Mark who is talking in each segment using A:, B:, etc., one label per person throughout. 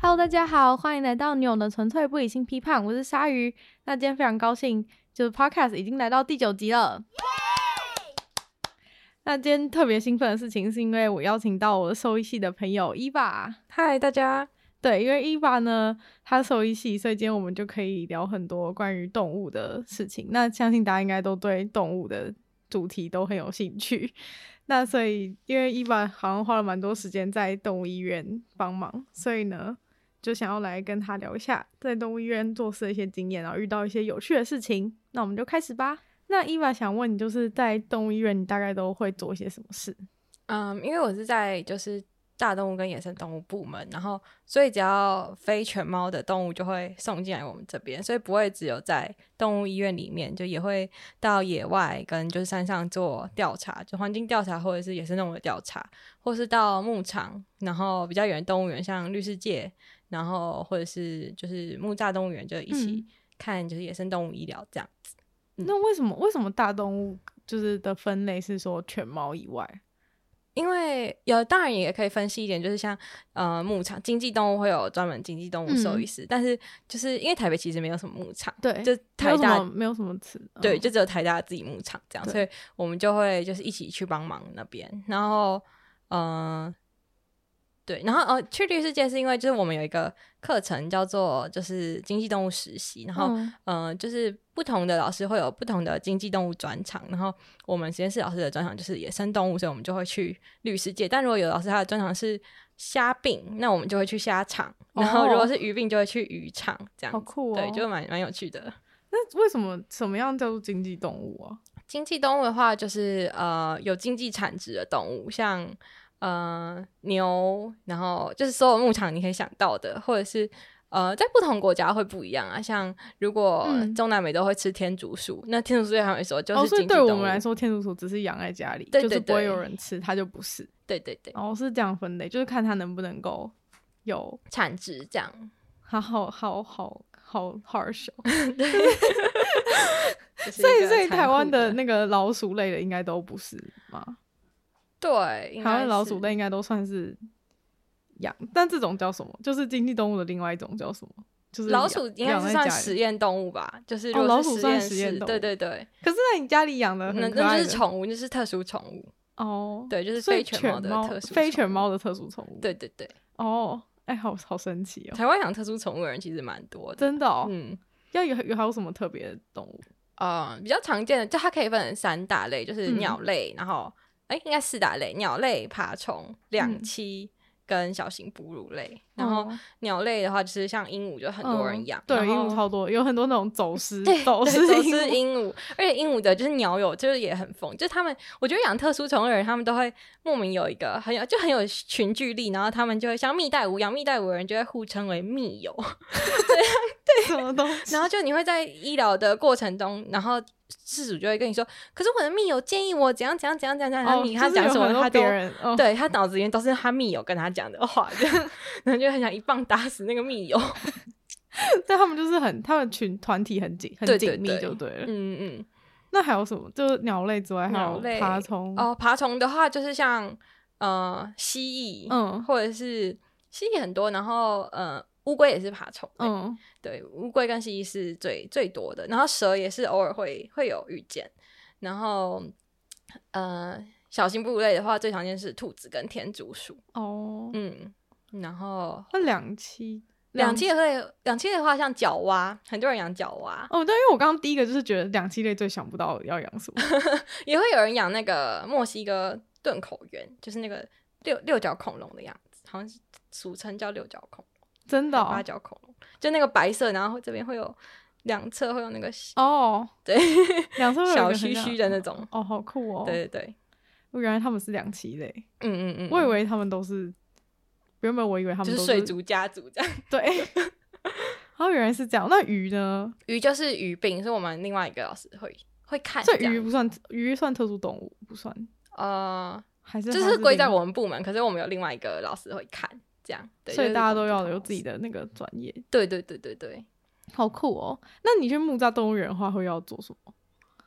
A: Hello，大家好，欢迎来到女友的纯粹不理性批判，我是鲨鱼。那今天非常高兴，就是 Podcast 已经来到第九集了。那今天特别兴奋的事情，是因为我邀请到我的兽医系的朋友伊爸。
B: 嗨，大家，
A: 对，因为伊爸呢，他兽医系，所以今天我们就可以聊很多关于动物的事情。那相信大家应该都对动物的主题都很有兴趣。那所以，因为伊爸好像花了蛮多时间在动物医院帮忙，所以呢，就想要来跟他聊一下在动物医院做事的一些经验，然后遇到一些有趣的事情。那我们就开始吧。那伊娃想问你，就是在动物医院，你大概都会做一些什么事？
B: 嗯，因为我是在就是大动物跟野生动物部门，然后所以只要非犬猫的动物就会送进来我们这边，所以不会只有在动物医院里面，就也会到野外跟就是山上做调查，就环境调查或者是野生动物的调查，或是到牧场，然后比较远的动物园，像绿世界，然后或者是就是木栅动物园，就一起
A: 嗯
B: 看就是野生动物医疗这样。嗯
A: 那为什么为什么大动物就是的分类是说犬猫以外？
B: 因为有，当然也可以分析一点，就是像呃牧场经济动物会有专门经济动物兽医师，但是就是因为台北其实没有什么牧场，
A: 对嗯
B: 就
A: 没
B: 台
A: 有什
B: 大
A: 么没有什么词，
B: 对，
A: 嗯
B: 就只有台大自己牧场这样，
A: 对
B: 所以我们就会就是一起去帮忙那边，然后呃对，然后呃去绿世界是因为就是我们有一个课程叫做就是经济动物实习，然后
A: 嗯
B: 呃，就是不同的老师会有不同的经济动物专场，然后我们实验室老师的专场就是野生动物，所以我们就会去绿世界。但如果有老师他的专场是虾病，那我们就会去虾场；然后如果是鱼病，就会去鱼场，这样
A: 哦好
B: 子、
A: 酷哦。
B: 对，就蛮蛮有趣的。
A: 那为什么什么样叫做经济动物啊？
B: 经济动物的话，就是呃有经济产值的动物，像呃牛，然后就是所有牧场你可以想到的，或者是呃在不同国家会不一样啊。像如果
A: 嗯
B: 中南美都会吃天竺鼠，那天竺鼠对他们来说就
A: 哦，
B: 是
A: 所
B: 经
A: 以
B: 济
A: 对
B: 动物。
A: 我们来，说，天竺鼠只是养在家里，
B: 对
A: 就是
B: 对
A: 不会
B: 对
A: 有人吃，它就不是。
B: 对对对，
A: 然后是这样分类，就是看它能不能够有
B: 产值这样。
A: 好好好好好 harsh，哦
B: 所
A: 所以所以台湾的那个老鼠类的应该都不是吗？
B: 对，应
A: 台湾
B: 该
A: 老
B: 是
A: 鼠类应该都算是养，但这种叫什么？就是经济动物的另外一种叫什么？就是
B: 老
A: 养
B: 鼠应该
A: 养
B: 是
A: 在
B: 算
A: 家里
B: 实验动物吧，就是
A: 哦
B: 如果是
A: 老鼠算
B: 实
A: 实验
B: 室
A: 动物
B: 对对对，
A: 可是那你家里养的
B: 那
A: 很可
B: 那
A: 爱
B: 就是
A: 的
B: 宠物，就是特殊宠物。
A: 哦，
B: 对就是
A: 所以
B: 非犬
A: 犬
B: 猫的
A: 猫
B: 特殊
A: 非
B: 宠
A: 犬
B: 物
A: 猫的特殊宠物。
B: 对对对，
A: 哦，哎，好好神奇哦，
B: 台湾养特殊宠物的人其实蛮多的。
A: 真的哦。
B: 嗯
A: 要有有还有什么特别的动物？
B: 呃，比较常见的，就它可以分成三大类，就是
A: 嗯
B: 鸟类，然后哎、应该四大类：鸟类、爬虫、两
A: 嗯
B: 栖跟小型哺乳类。然后
A: 哦
B: 鸟类的话，就是像鹦鹉，就很多人
A: 嗯
B: 养，
A: 对，
B: 然
A: 鹦
B: 后
A: 鹉超多，有很多那种走失
B: 对，
A: 走
B: 对
A: 失
B: 走
A: 鹦
B: 私
A: 鹉。
B: 鹦鹉，而且鹦鹉的就是鸟友，就是也很疯，就是他们，我觉得养特殊宠物的人，他们都会莫名有一个很有就很有群聚力，然后他们就会像蜜袋鼯，养蜜袋鼯的人就会互称为蜜友，
A: 什么东西？
B: 然后就你会在医疗的过程中，然后事主就会跟你说，可是我的密友建议我怎样怎样怎样怎样，然后
A: 哦
B: 你
A: 就
B: 他
A: 是
B: 讲
A: 有
B: 什么
A: 很多
B: 他都
A: 别。人，哦、
B: 对他脑子里面都是他密友跟他讲的话，这样，然后就很想一棒打死那个密友。
A: 但他们就是很，他们群团体很紧，很
B: 对
A: 紧
B: 对
A: 密
B: 对
A: 就对了。
B: 嗯嗯，
A: 那还有什么？就是鸟类之外，还
B: 鸟
A: 有
B: 类
A: 爬虫。
B: 哦，爬虫的话就是像呃蜥蜴，
A: 嗯
B: 或者是蜥蜴很多，然后呃乌龟也是爬虫，嗯，
A: 嗯，
B: 对，乌龟跟蜥蜴是最最多的，然后蛇也是偶尔会会有遇见，然后呃小型哺乳类的话，最常见是兔子跟天竺鼠，
A: 哦，
B: 嗯，然后
A: 那两栖，
B: 两栖类两栖类的话，像角蛙，很多人养角蛙，
A: 哦，对，因为我刚刚第一个就是觉得两栖类最想不到要养 什么。
B: 也会有人养那个墨西哥钝口螈，就是那个六六角恐龙的样子，好像是俗称叫六角恐
A: 真的
B: 龙、八
A: 哦
B: 角恐龙，就那个白色，然后这边会有两侧会有那个 小
A: 哦，
B: 对
A: 两侧会有一个
B: 小
A: 很
B: 须
A: 像
B: 须的那种，
A: 哦，好酷哦。
B: 对对对，
A: 原来他们是两栖类，
B: 嗯嗯嗯，
A: 我以为他们都是，原本我以为他们
B: 就
A: 都
B: 是水族家族这样，
A: 对。哦，原来是这样。那鱼呢？
B: 鱼就是鱼病，是我们另外一个老师会会看
A: 这
B: 这样
A: 鱼不算，鱼算特殊动物不算，
B: 呃，
A: 还是
B: 就
A: 它
B: 是归
A: 另
B: 在我们部门，可是我们有另外一个老师会看这样，对，
A: 所以
B: 就是
A: 大家都
B: 不
A: 要
B: 同
A: 有
B: 老
A: 自己
B: 师，
A: 的那个专业，
B: 对对对对对。
A: 好酷哦！那你去木栅动物园的话，会要做什么？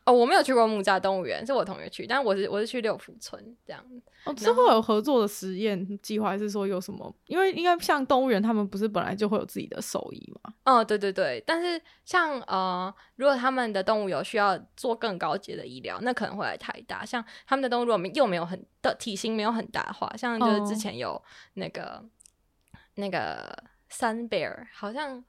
B: 哦，我没有去过木栅动物园，是我同学去，但我是我是去六福村这样。
A: 哦，是会有合作的实验计划，还是说有什么？因为应该像动物园，他们不是本来就会有自己的兽医嘛？
B: 哦，对对对，但是像呃，如果他们的动物有需要做更高级的医疗，那可能会来台大。像他们的动物如果没又没有很的体型没有很大化，像就是
A: 哦
B: 之前有那个、那个 sun bear，好像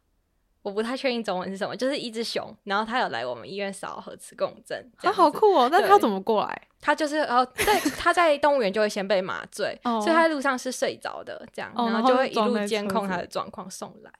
B: 我不太确定中文是什么，就是一只熊，然后它有来我们医院扫核磁共振，这
A: 啊，
B: 样
A: 好
B: 子
A: 酷哦！那他
B: 对
A: 怎么过来？
B: 他就是哦，对，他在动物园就会先被麻醉，
A: 哦
B: 所以他在路上是睡着的，这样，
A: 哦
B: 然
A: 然
B: 后
A: 后
B: 就
A: 就
B: 会一
A: 装
B: 路
A: 在
B: 监
A: 车
B: 控
A: 子
B: 他
A: 里
B: 的状况送来。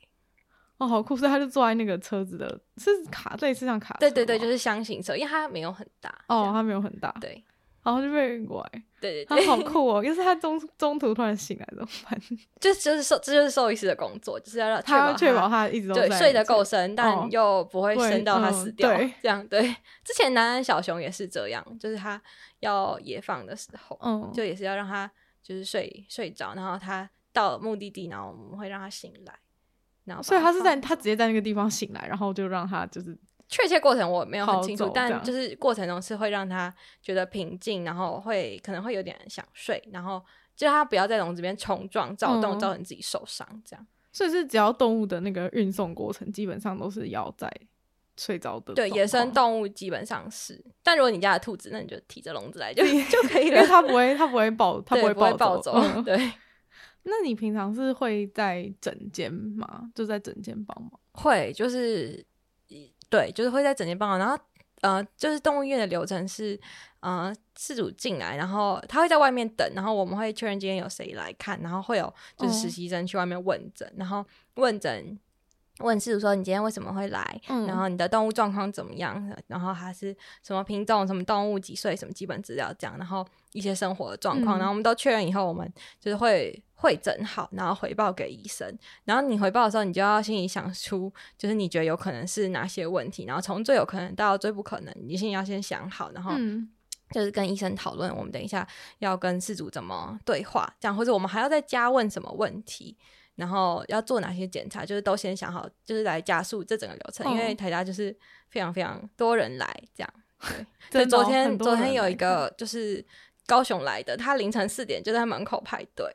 A: 哦，好酷！所以他就坐在那个车子的，是卡类似像卡车吗，
B: 对对对，就是箱型车，因为它没有很大。
A: 哦，
B: 这样，
A: 他没有很大，
B: 对
A: 然后就被运过来，
B: 对
A: 他
B: 对对，
A: 好酷哦！要是他中中途突然醒来怎么办？
B: 就就是兽，这就是兽医师的工作，就是要让
A: 他要确保他
B: 它
A: 一直都
B: 对
A: 在
B: 睡得
A: 这
B: 够深，但
A: 哦
B: 又不会
A: 对
B: 深到它
A: 嗯
B: 死掉。
A: 对
B: 这样对。之前南安小熊也是这样，就是它要野放的时候，
A: 嗯，
B: 就也是要让它就是睡睡着，然后它到了目的地，然后我们会让它醒来。然后把
A: 所以他是
B: 放
A: 在他直接在那个地方醒来，然后就让他就是
B: 确切过程我没有很清楚
A: 跑，走这
B: 但
A: 样
B: 就是过程中是会让他觉得平静，然后会可能会有点想睡，然后就他不要在笼子里面冲撞、躁动，
A: 嗯
B: 造成自己受伤。这样
A: 所以是只要动物的那个运送过程，基本上都是要在睡着的
B: 对
A: 状
B: 野生
A: 况，
B: 动物基本上是，但如果你家的兔子，那你就提着笼子来就 就可以
A: 因为
B: 了，
A: 它不会它不会暴它
B: 对
A: 不
B: 不会
A: 暴
B: 暴
A: 走。
B: 走。
A: 嗯
B: 对，
A: 那你平常是会在整间吗？就在整间帮忙？
B: 会就是对，就是会在整间帮忙，然后。呃，就是动物医院的流程是，呃，饲主进来，然后他会在外面等，然后我们会确认今天有谁来看，然后会有就是
A: 哦
B: 实习生去外面问诊，然后问诊问饲主说你今天为什么会来，
A: 嗯
B: 然后你的动物状况怎么样，然后它是什么品种、什么动物、几岁、什么基本资料这样，然后一些生活的状
A: 嗯
B: 况，然后我们都确认以后，我们就是会会诊好，然后回报给医生，然后你回报的时候，你就要心里想出，就是你觉得有可能是哪些问题，然后从最有可能到最不可能，你心里要先想好，然后
A: 嗯，
B: 就是跟医生讨论，我们等一下要跟事主怎么对话，这样或者我们还要再加问什么问题，然后要做哪些检查，就是都先想好，就是来加速这整个流程，
A: 嗯
B: 因为台大就是非常非常多人来这样。对，
A: 真的
B: 昨
A: 哦
B: 天
A: 很多
B: 昨天
A: 人
B: 有
A: 来
B: 一个就是高雄来的，他凌晨四点就在门口排队，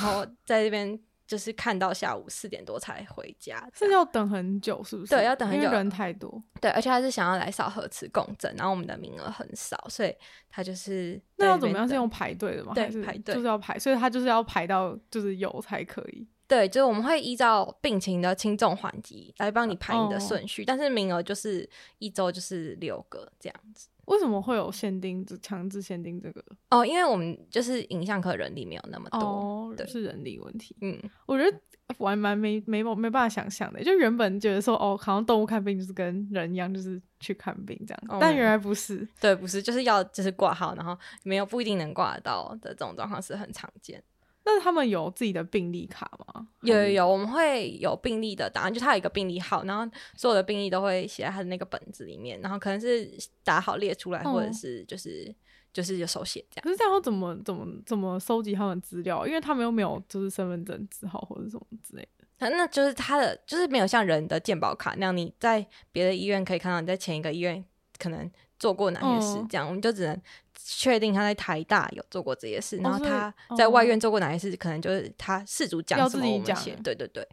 B: 后在这边就是看到下午四点多才回家这
A: 是
B: 样，
A: 要等很久，是不是？
B: 对要等很
A: 因为
B: 久
A: 人太多。
B: 对，而且他是想要来扫核磁共振，然后我们的名额很少，所以他就是
A: 那
B: 在
A: 要
B: 这
A: 怎么
B: 边
A: 样？是
B: 等
A: 用排队的吗？
B: 对
A: 还是
B: 排队
A: 就是要排，所以他就是要排到就是有才可以。
B: 对，就是我们会依照病情的轻重缓急来帮你排
A: 哦
B: 你的顺序，但是名额就是一周就是六个这样子。
A: 为什么会有限定这强制限定这个？
B: 哦，因为我们就是影像科人力没有那么多，
A: 哦
B: 对，
A: 是人力问题。
B: 嗯，
A: 我觉得我还蛮没没没办法想象的，就原本觉得说哦，好像动物看病就是跟人一样，就是去看病这样，
B: 哦
A: 但原来不是。
B: 对，不是就是要就是挂号，然后没有不一定能挂得到的这种状况是很常见。
A: 那他们有自己的病历卡吗？
B: 有有有，我们会有病例的档案，就它有一个病例号，然后所有的病例都会写在它的那个本子里面，然后可能是打好列出来，或者
A: 哦
B: 是就是就是有手写这样。
A: 可是这样要怎么怎么怎么收集他们资料？因为他们又没有就是身份证字号或者什么之类的。
B: 那那就是他的，就是没有像人的健保卡那样，你在别的医院可以看到你在前一个医院可能做过哪些事，
A: 嗯
B: 这样我们就只能确定他在台大有做过这些事，然后
A: 哦所以
B: 他在外
A: 哦
B: 院做过哪些事，可能就是他事主讲
A: 要
B: 什么
A: 自己
B: 我们
A: 讲
B: 写
A: 的，
B: 对对对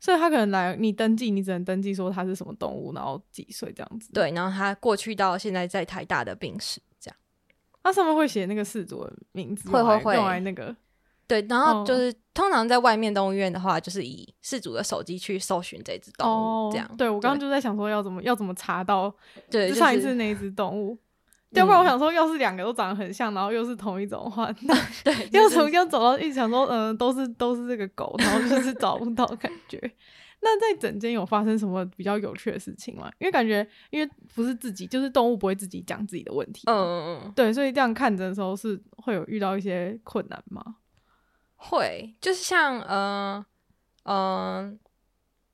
A: 所以他可能来你登记，你只能登记说他是什么动物，然后几岁这样子。，
B: 对，然后他过去到现在在台大的病史这样，
A: 那上面会写那个事主的名字，
B: 会
A: 用来
B: 会会
A: 用来那个
B: 对，然后
A: 哦
B: 就是、通常在外面动物医院的话，就是以事主的手机去搜寻这只动物、
A: 哦
B: 这样，
A: 对我刚刚就在想说要怎么要怎么查到
B: 对
A: 就
B: 就
A: 上一
B: 是
A: 次那一只动物。要不然
B: 嗯
A: 我想说，要是两个都长得很像，然后又是同一种的话，那
B: 对，就
A: 要
B: 是
A: 从要走到一直想说，嗯、都是都是这个狗，然后就是找不到感觉。那在整间有发生什么比较有趣的事情吗？因为感觉，因为不是自己，就是动物不会自己讲自己的问题。
B: 嗯，嗯嗯。
A: 对，所以这样看着的时候是会有遇到一些困难吗？
B: 会，就是像嗯嗯、呃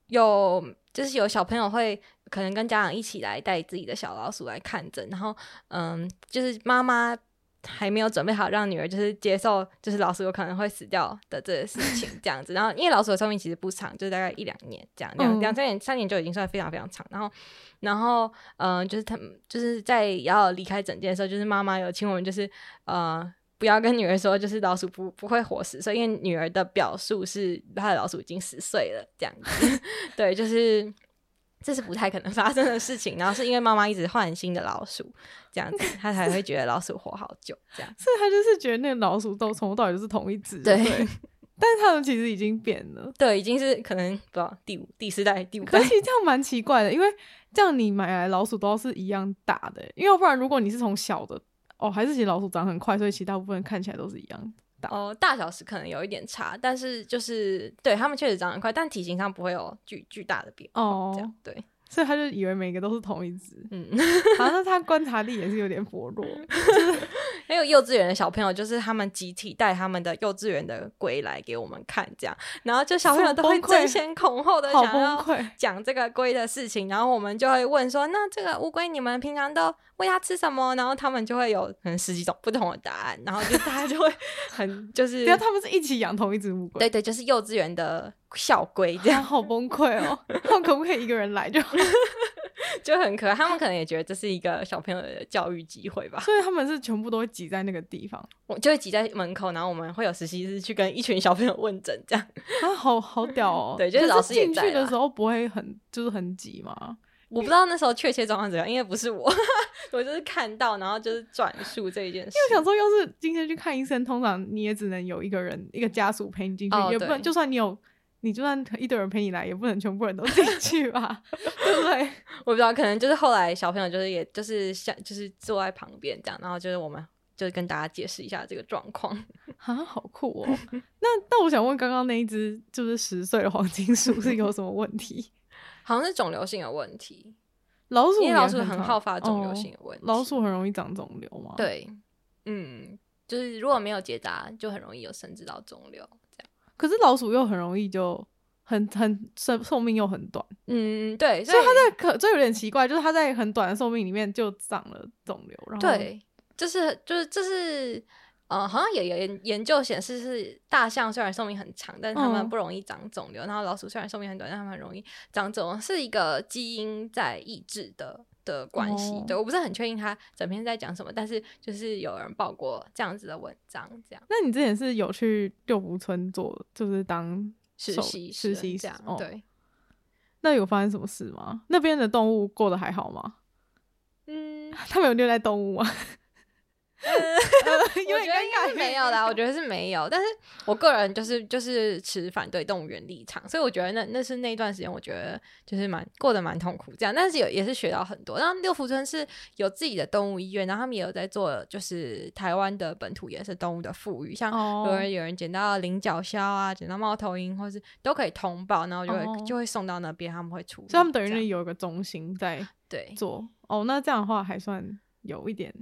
B: 有就是有小朋友会可能跟家长一起来带自己的小老鼠来看诊，然后嗯、就是妈妈还没有准备好让女儿就是接受就是老鼠有可能会死掉的这个事情这样子。然后因为老鼠的寿命其实不长，就是大概一两年这样，两
A: 嗯
B: 两三年、三年就已经算非常非常长。然后，然后嗯、呃就是他们就是在要离开整间的时候，就是妈妈有请我们就是呃。不要跟女儿说，就是老鼠不不会活死所以因为女儿的表述是她的老鼠已经十岁了，这样子， 对，就是这是不太可能发生的事情。然后是因为妈妈一直换新的老鼠，这样子，他才会觉得老鼠活好久。这样
A: 所以他就是觉得那个老鼠都从头到尾就是同一只，对
B: 对
A: 不对。 但是他们其实已经变了，
B: 对，已经是可能不知道第五、第四代、 第五
A: 可
B: 代
A: 是。其实这样蛮奇怪的，因为这样你买来老鼠都是一样大的，因为要不然如果你是从小的哦，还是其实老鼠长很快，所以其实大部分看起来都是一样的。
B: 哦，大小是可能有一点差，但是就是对他们确实长得快，但体型上不会有巨巨大的变化。
A: 哦
B: 这样对，
A: 所以他就以为每个都是同一只，
B: 嗯，
A: 好、啊，那他观察力也是有点薄 弱。
B: 还有幼稚园的小朋友，就是他们集体带他们的幼稚园的龟来给我们看，这样，然后就小朋友都会
A: 好崩溃
B: 争先恐后的
A: 好
B: 想
A: 崩
B: 要嗯
A: 溃
B: 讲这个龟的事情，然后我们就会问说，那这个乌龟你们平常都喂它吃什么？然后他们就会有可能十几种不同的答案，然后就大家就会很就是
A: 对啊，他们是一起养同一只乌龟，
B: 对对，就是幼稚园的校规这
A: 啊，
B: 样，
A: 好崩溃哦。他们可不可以一个人来 就好？
B: 就很可爱。他们可能也觉得这是一个小朋友的教育机会吧，
A: 所以他们是全部都会挤在那个地方
B: 我就会挤在门口，然后我们会有实习日去跟一群小朋友问诊这样。
A: 啊，好好屌哦。
B: 对就是
A: 可
B: 老师也
A: 进
B: 在
A: 去的
B: 啦
A: 时候不会很就是很挤嘛。
B: 我不知道那时候确切状况怎样，因为不是我， 我就是看到，然后就是转述这一件事。
A: 就想说，要是今天去看医生，通常你也只能有一个人，一个家属陪你进去，
B: 哦
A: 也不能
B: 对
A: 就算你有，你就算一堆人陪你来，也不能全部人都 进去吧，对不对？
B: 我不知道，可能就是后来小朋友就是也就是像就是坐在旁边这样，然后就是我们就是跟大家解释一下这个状况。
A: 啊，好酷哦！ 那那我想问，刚刚那一只就是十岁的黄金鼠是有什么问题？
B: 好像是肿瘤性的问题，
A: 老鼠
B: 因
A: 也
B: 为老鼠
A: 常
B: 很好发肿瘤
A: 哦
B: 性的问题。
A: 老鼠很容易长肿瘤吗？，
B: 对，嗯，就是如果没有结扎，就很容易有生殖道肿瘤这样。
A: 可是老鼠又很容易就很很寿寿命又很短，
B: 嗯，对，所
A: 所以
B: 以
A: 它在可这有点奇怪，就是它在很短的寿命里面就长了肿瘤，然后
B: 对，就是就是这是。呃，好像有研研究显示是大象虽然寿命很长，但是它们
A: 嗯
B: 不容易长肿瘤。然后老鼠虽然寿命很短，但它们很容易长肿瘤，是一个基因在抑制的的关系。
A: 哦
B: 对我不是很确定它整篇在讲什么，但是就是有人报过这样子的文章，这样
A: 那你之前是有去六福村做，就是当
B: 实
A: 手
B: 习
A: 实
B: 生
A: 习
B: 这样、
A: 哦。
B: 对。
A: 那有发生什么事吗？那边的动物过得还好吗？
B: 嗯，
A: 他们有虐待动物吗？ 有
B: 呃我
A: 点
B: 觉得应该
A: 尴
B: 是
A: 尬，
B: 没有啦，我觉得是没有。但是我个人就是就是持反对动物园立场，所以我觉得那那是那一段时间，我觉得就是蛮过得蛮痛苦这样。但是有也是学到很多。然后六福村是有自己的动物医院，然后他们也有在做就是台湾的本土野生动物的富裕，像
A: 哦
B: 有人有人捡到菱角鸮啊，捡到猫头鹰，或是都可以通报，然后就会、
A: 哦
B: 就会送到那边，他们会处理这
A: 所以他
B: 样。
A: 们等于有一个中心在
B: 对
A: 做哦。那这样的话还算有一点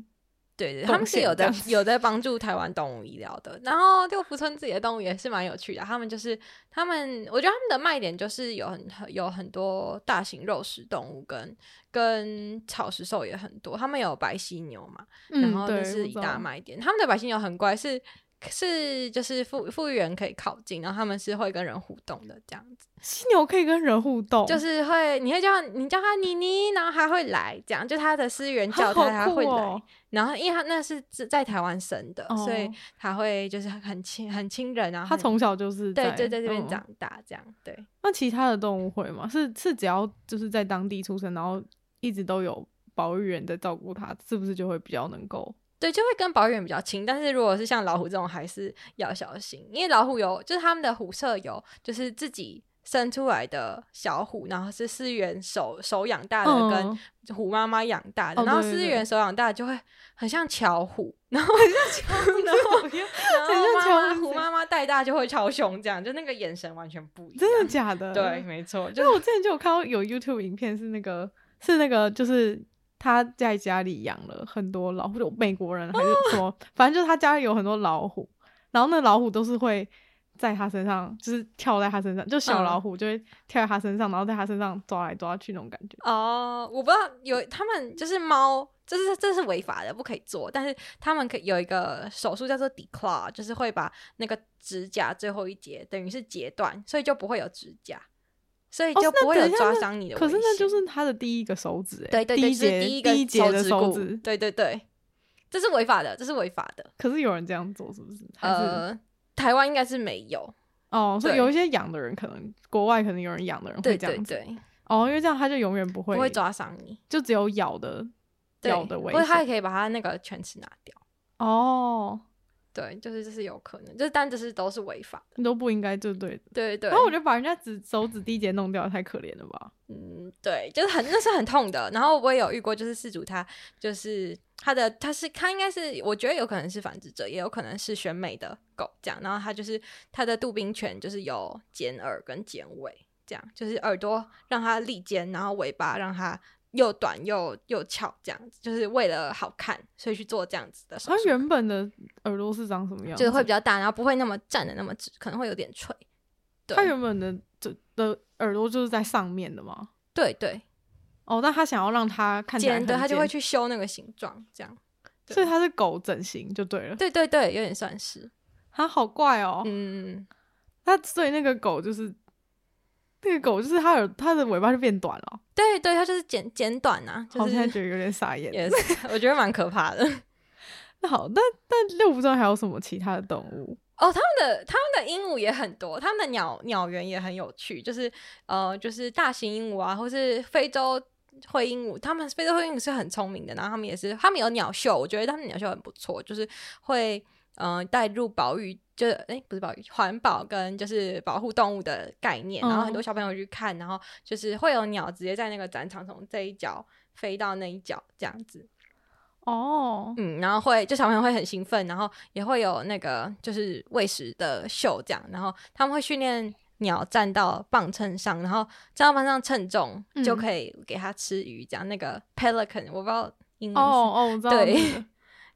B: 对对，
A: 贡
B: 他们是
A: 献
B: 有
A: 这
B: 在
A: 样子
B: 有在帮助台湾动物医疗的。然后六福村自己的动物也是蛮有趣的，他们就是他们，我觉得他们的卖点就是有很有很多大型肉食动物跟跟草食兽也很多，他们有白犀牛嘛，然
A: 嗯
B: 后
A: 对
B: 这是
A: 我
B: 嗯一
A: 知
B: 大
A: 道
B: 卖点。他们的白犀牛很乖，是是就是富富裕人可以靠近，然后他们是会跟人互动的这样子，
A: 犀牛可以跟人互动，
B: 就是会你会叫它你叫它妮妮，然后它会来，这样就它的私人
A: 好
B: 叫
A: 好
B: 它它
A: 酷
B: 会来。
A: 哦。
B: 然后，因为他那是自在台湾生的，
A: 哦
B: 所以他会就是很亲很亲人啊。
A: 它
B: 很
A: 从小就是
B: 对
A: 在
B: 对在这边
A: 嗯
B: 长大，这样对。
A: 那其他的动物会吗？是是只要就是在当地出生，然后一直都有保育员在照顾它，是不是就会比较能 够？
B: 对，就会跟保育员比较亲，但是如果是像老虎这种，还是要小心，因为老虎有，就是他们的虎舍有，就是自己生出来的小虎，然后是思源手手养大的，
A: 嗯
B: 跟虎妈妈养大的，
A: 哦
B: 然后
A: 对对
B: 思
A: 对
B: 源手养大的就会很像巧虎，然后然后
A: 讨厌
B: 然
A: 很
B: 后
A: 像
B: 妈
A: 巧
B: 哦
A: 虎
B: 妈
A: 欸
B: 虎妈妈带大就会超凶，这样就那个眼神完全不一样，
A: 真的假的？
B: 对，，没错，
A: 因
B: 就
A: 为我之前就有看到有 YouTube 影片是那个是那个就是。他在家里养了很多老
B: 哦
A: 虎，就美国人还是什么，反正就是他家里有很多老虎，然后那老虎都是会，在它身上，就是跳在它身上，就小
B: 嗯
A: 老虎就会跳在它身上，然后在它身上抓来抓去那种感觉。
B: 哦，我不知道有他们就是猫，这是这是违法的，不可以做。但是他们可以有一个手术叫做 declaw，就是会把那个指甲最后一节等于是截断，所以就不会有指甲，所以
A: 哦
B: 就
A: 那
B: 不会
A: 等
B: 有
A: 一下
B: 抓
A: 那
B: 伤你的
A: 可
B: 危险。
A: 是那就是它的第一个手指、欸，
B: 对对
A: 第
B: 对，
A: 一
B: 就是
A: 节
B: 第一
A: 第
B: 个
A: 节的
B: 指
A: 手
B: 骨，对 对对，这是违法的，这是违法的。
A: 可是有人这样做是不是？还是、
B: 呃，台湾应该是没有，
A: 哦，所以
B: 对
A: 有一些养的人可能国外可能有人养的人
B: 对
A: 会这
B: 对
A: 样子
B: 对，
A: 哦，因为这样它就永远不
B: 不
A: 会
B: 会，抓伤你。
A: 就只有咬的
B: 对，
A: 咬的危
B: 或者他
A: 险
B: 也可以把他那个犬齿拿掉。
A: 哦，
B: 对，就是这是有可能，就是但这是都是违法的。
A: 你都不应该就对的。
B: 对对
A: 然后我觉得把人家指手指第一节弄掉太可怜了吧？
B: 嗯，对，就是很那是很痛的。然后我也有遇过，就是事主他就是他的他是他应该是我觉得有可能是繁殖者，也有可能是选美的狗这样。然后他就是他的杜宾犬就是有剪耳跟剪尾，这样就是耳朵让它立尖，然后尾巴让它又短又又翘，这样子就是为了好看，所以去做这样子的手
A: 它
B: 术。
A: 原本的耳朵是长什么样子？
B: 就是会比较大，然后不会那么站的那么直，可能会有点垂。对
A: 它原本的这的耳朵就是在上面的嘛。
B: 对对，
A: 哦，但他想要让它看起来
B: 尖的
A: 很
B: 它就
A: 尖
B: 会去修那个形状，这样。对
A: 所以它是狗整形就对了。
B: 对对对，有点算是。
A: 它好怪哦。
B: 嗯，
A: 它所以那个狗就是那个狗就是它耳它的尾巴就变短了。
B: 对对，它就是剪剪短啊，就
A: 好，现在
B: 是
A: 觉得有点傻眼。
B: 也是，我觉得蛮可怕的。
A: 那好，但但六福中还有什么其他的动物？
B: 哦，他们的他们的鹦鹉也很多，他们的鸟鸟园也很有趣，就是呃，就是大型鹦鹉啊，或是非洲灰鹦鹉，他们非洲灰鹦鹉是很聪明的，然后他们也是，他们有鸟秀，我觉得他们鸟秀很不错，就是会嗯、呃带入保育，就是哎不是保育，环保跟就是保护动物的概念，然后很多
A: 嗯
B: 小朋友去看，然后就是会有鸟直接在那个展场从这一角飞到那一角这样子，
A: 哦，
B: 嗯，然后会就小朋友会很兴奋，然后也会有那个就是喂食的秀这样，然后他们会训练鸟站到磅秤上，然后站到磅秤上称重、
A: 嗯
B: 就可以给它吃鱼这样。那个 pelican 我不知道英
A: 哦
B: 嗯文是、
A: 哦，我知道那个。
B: 对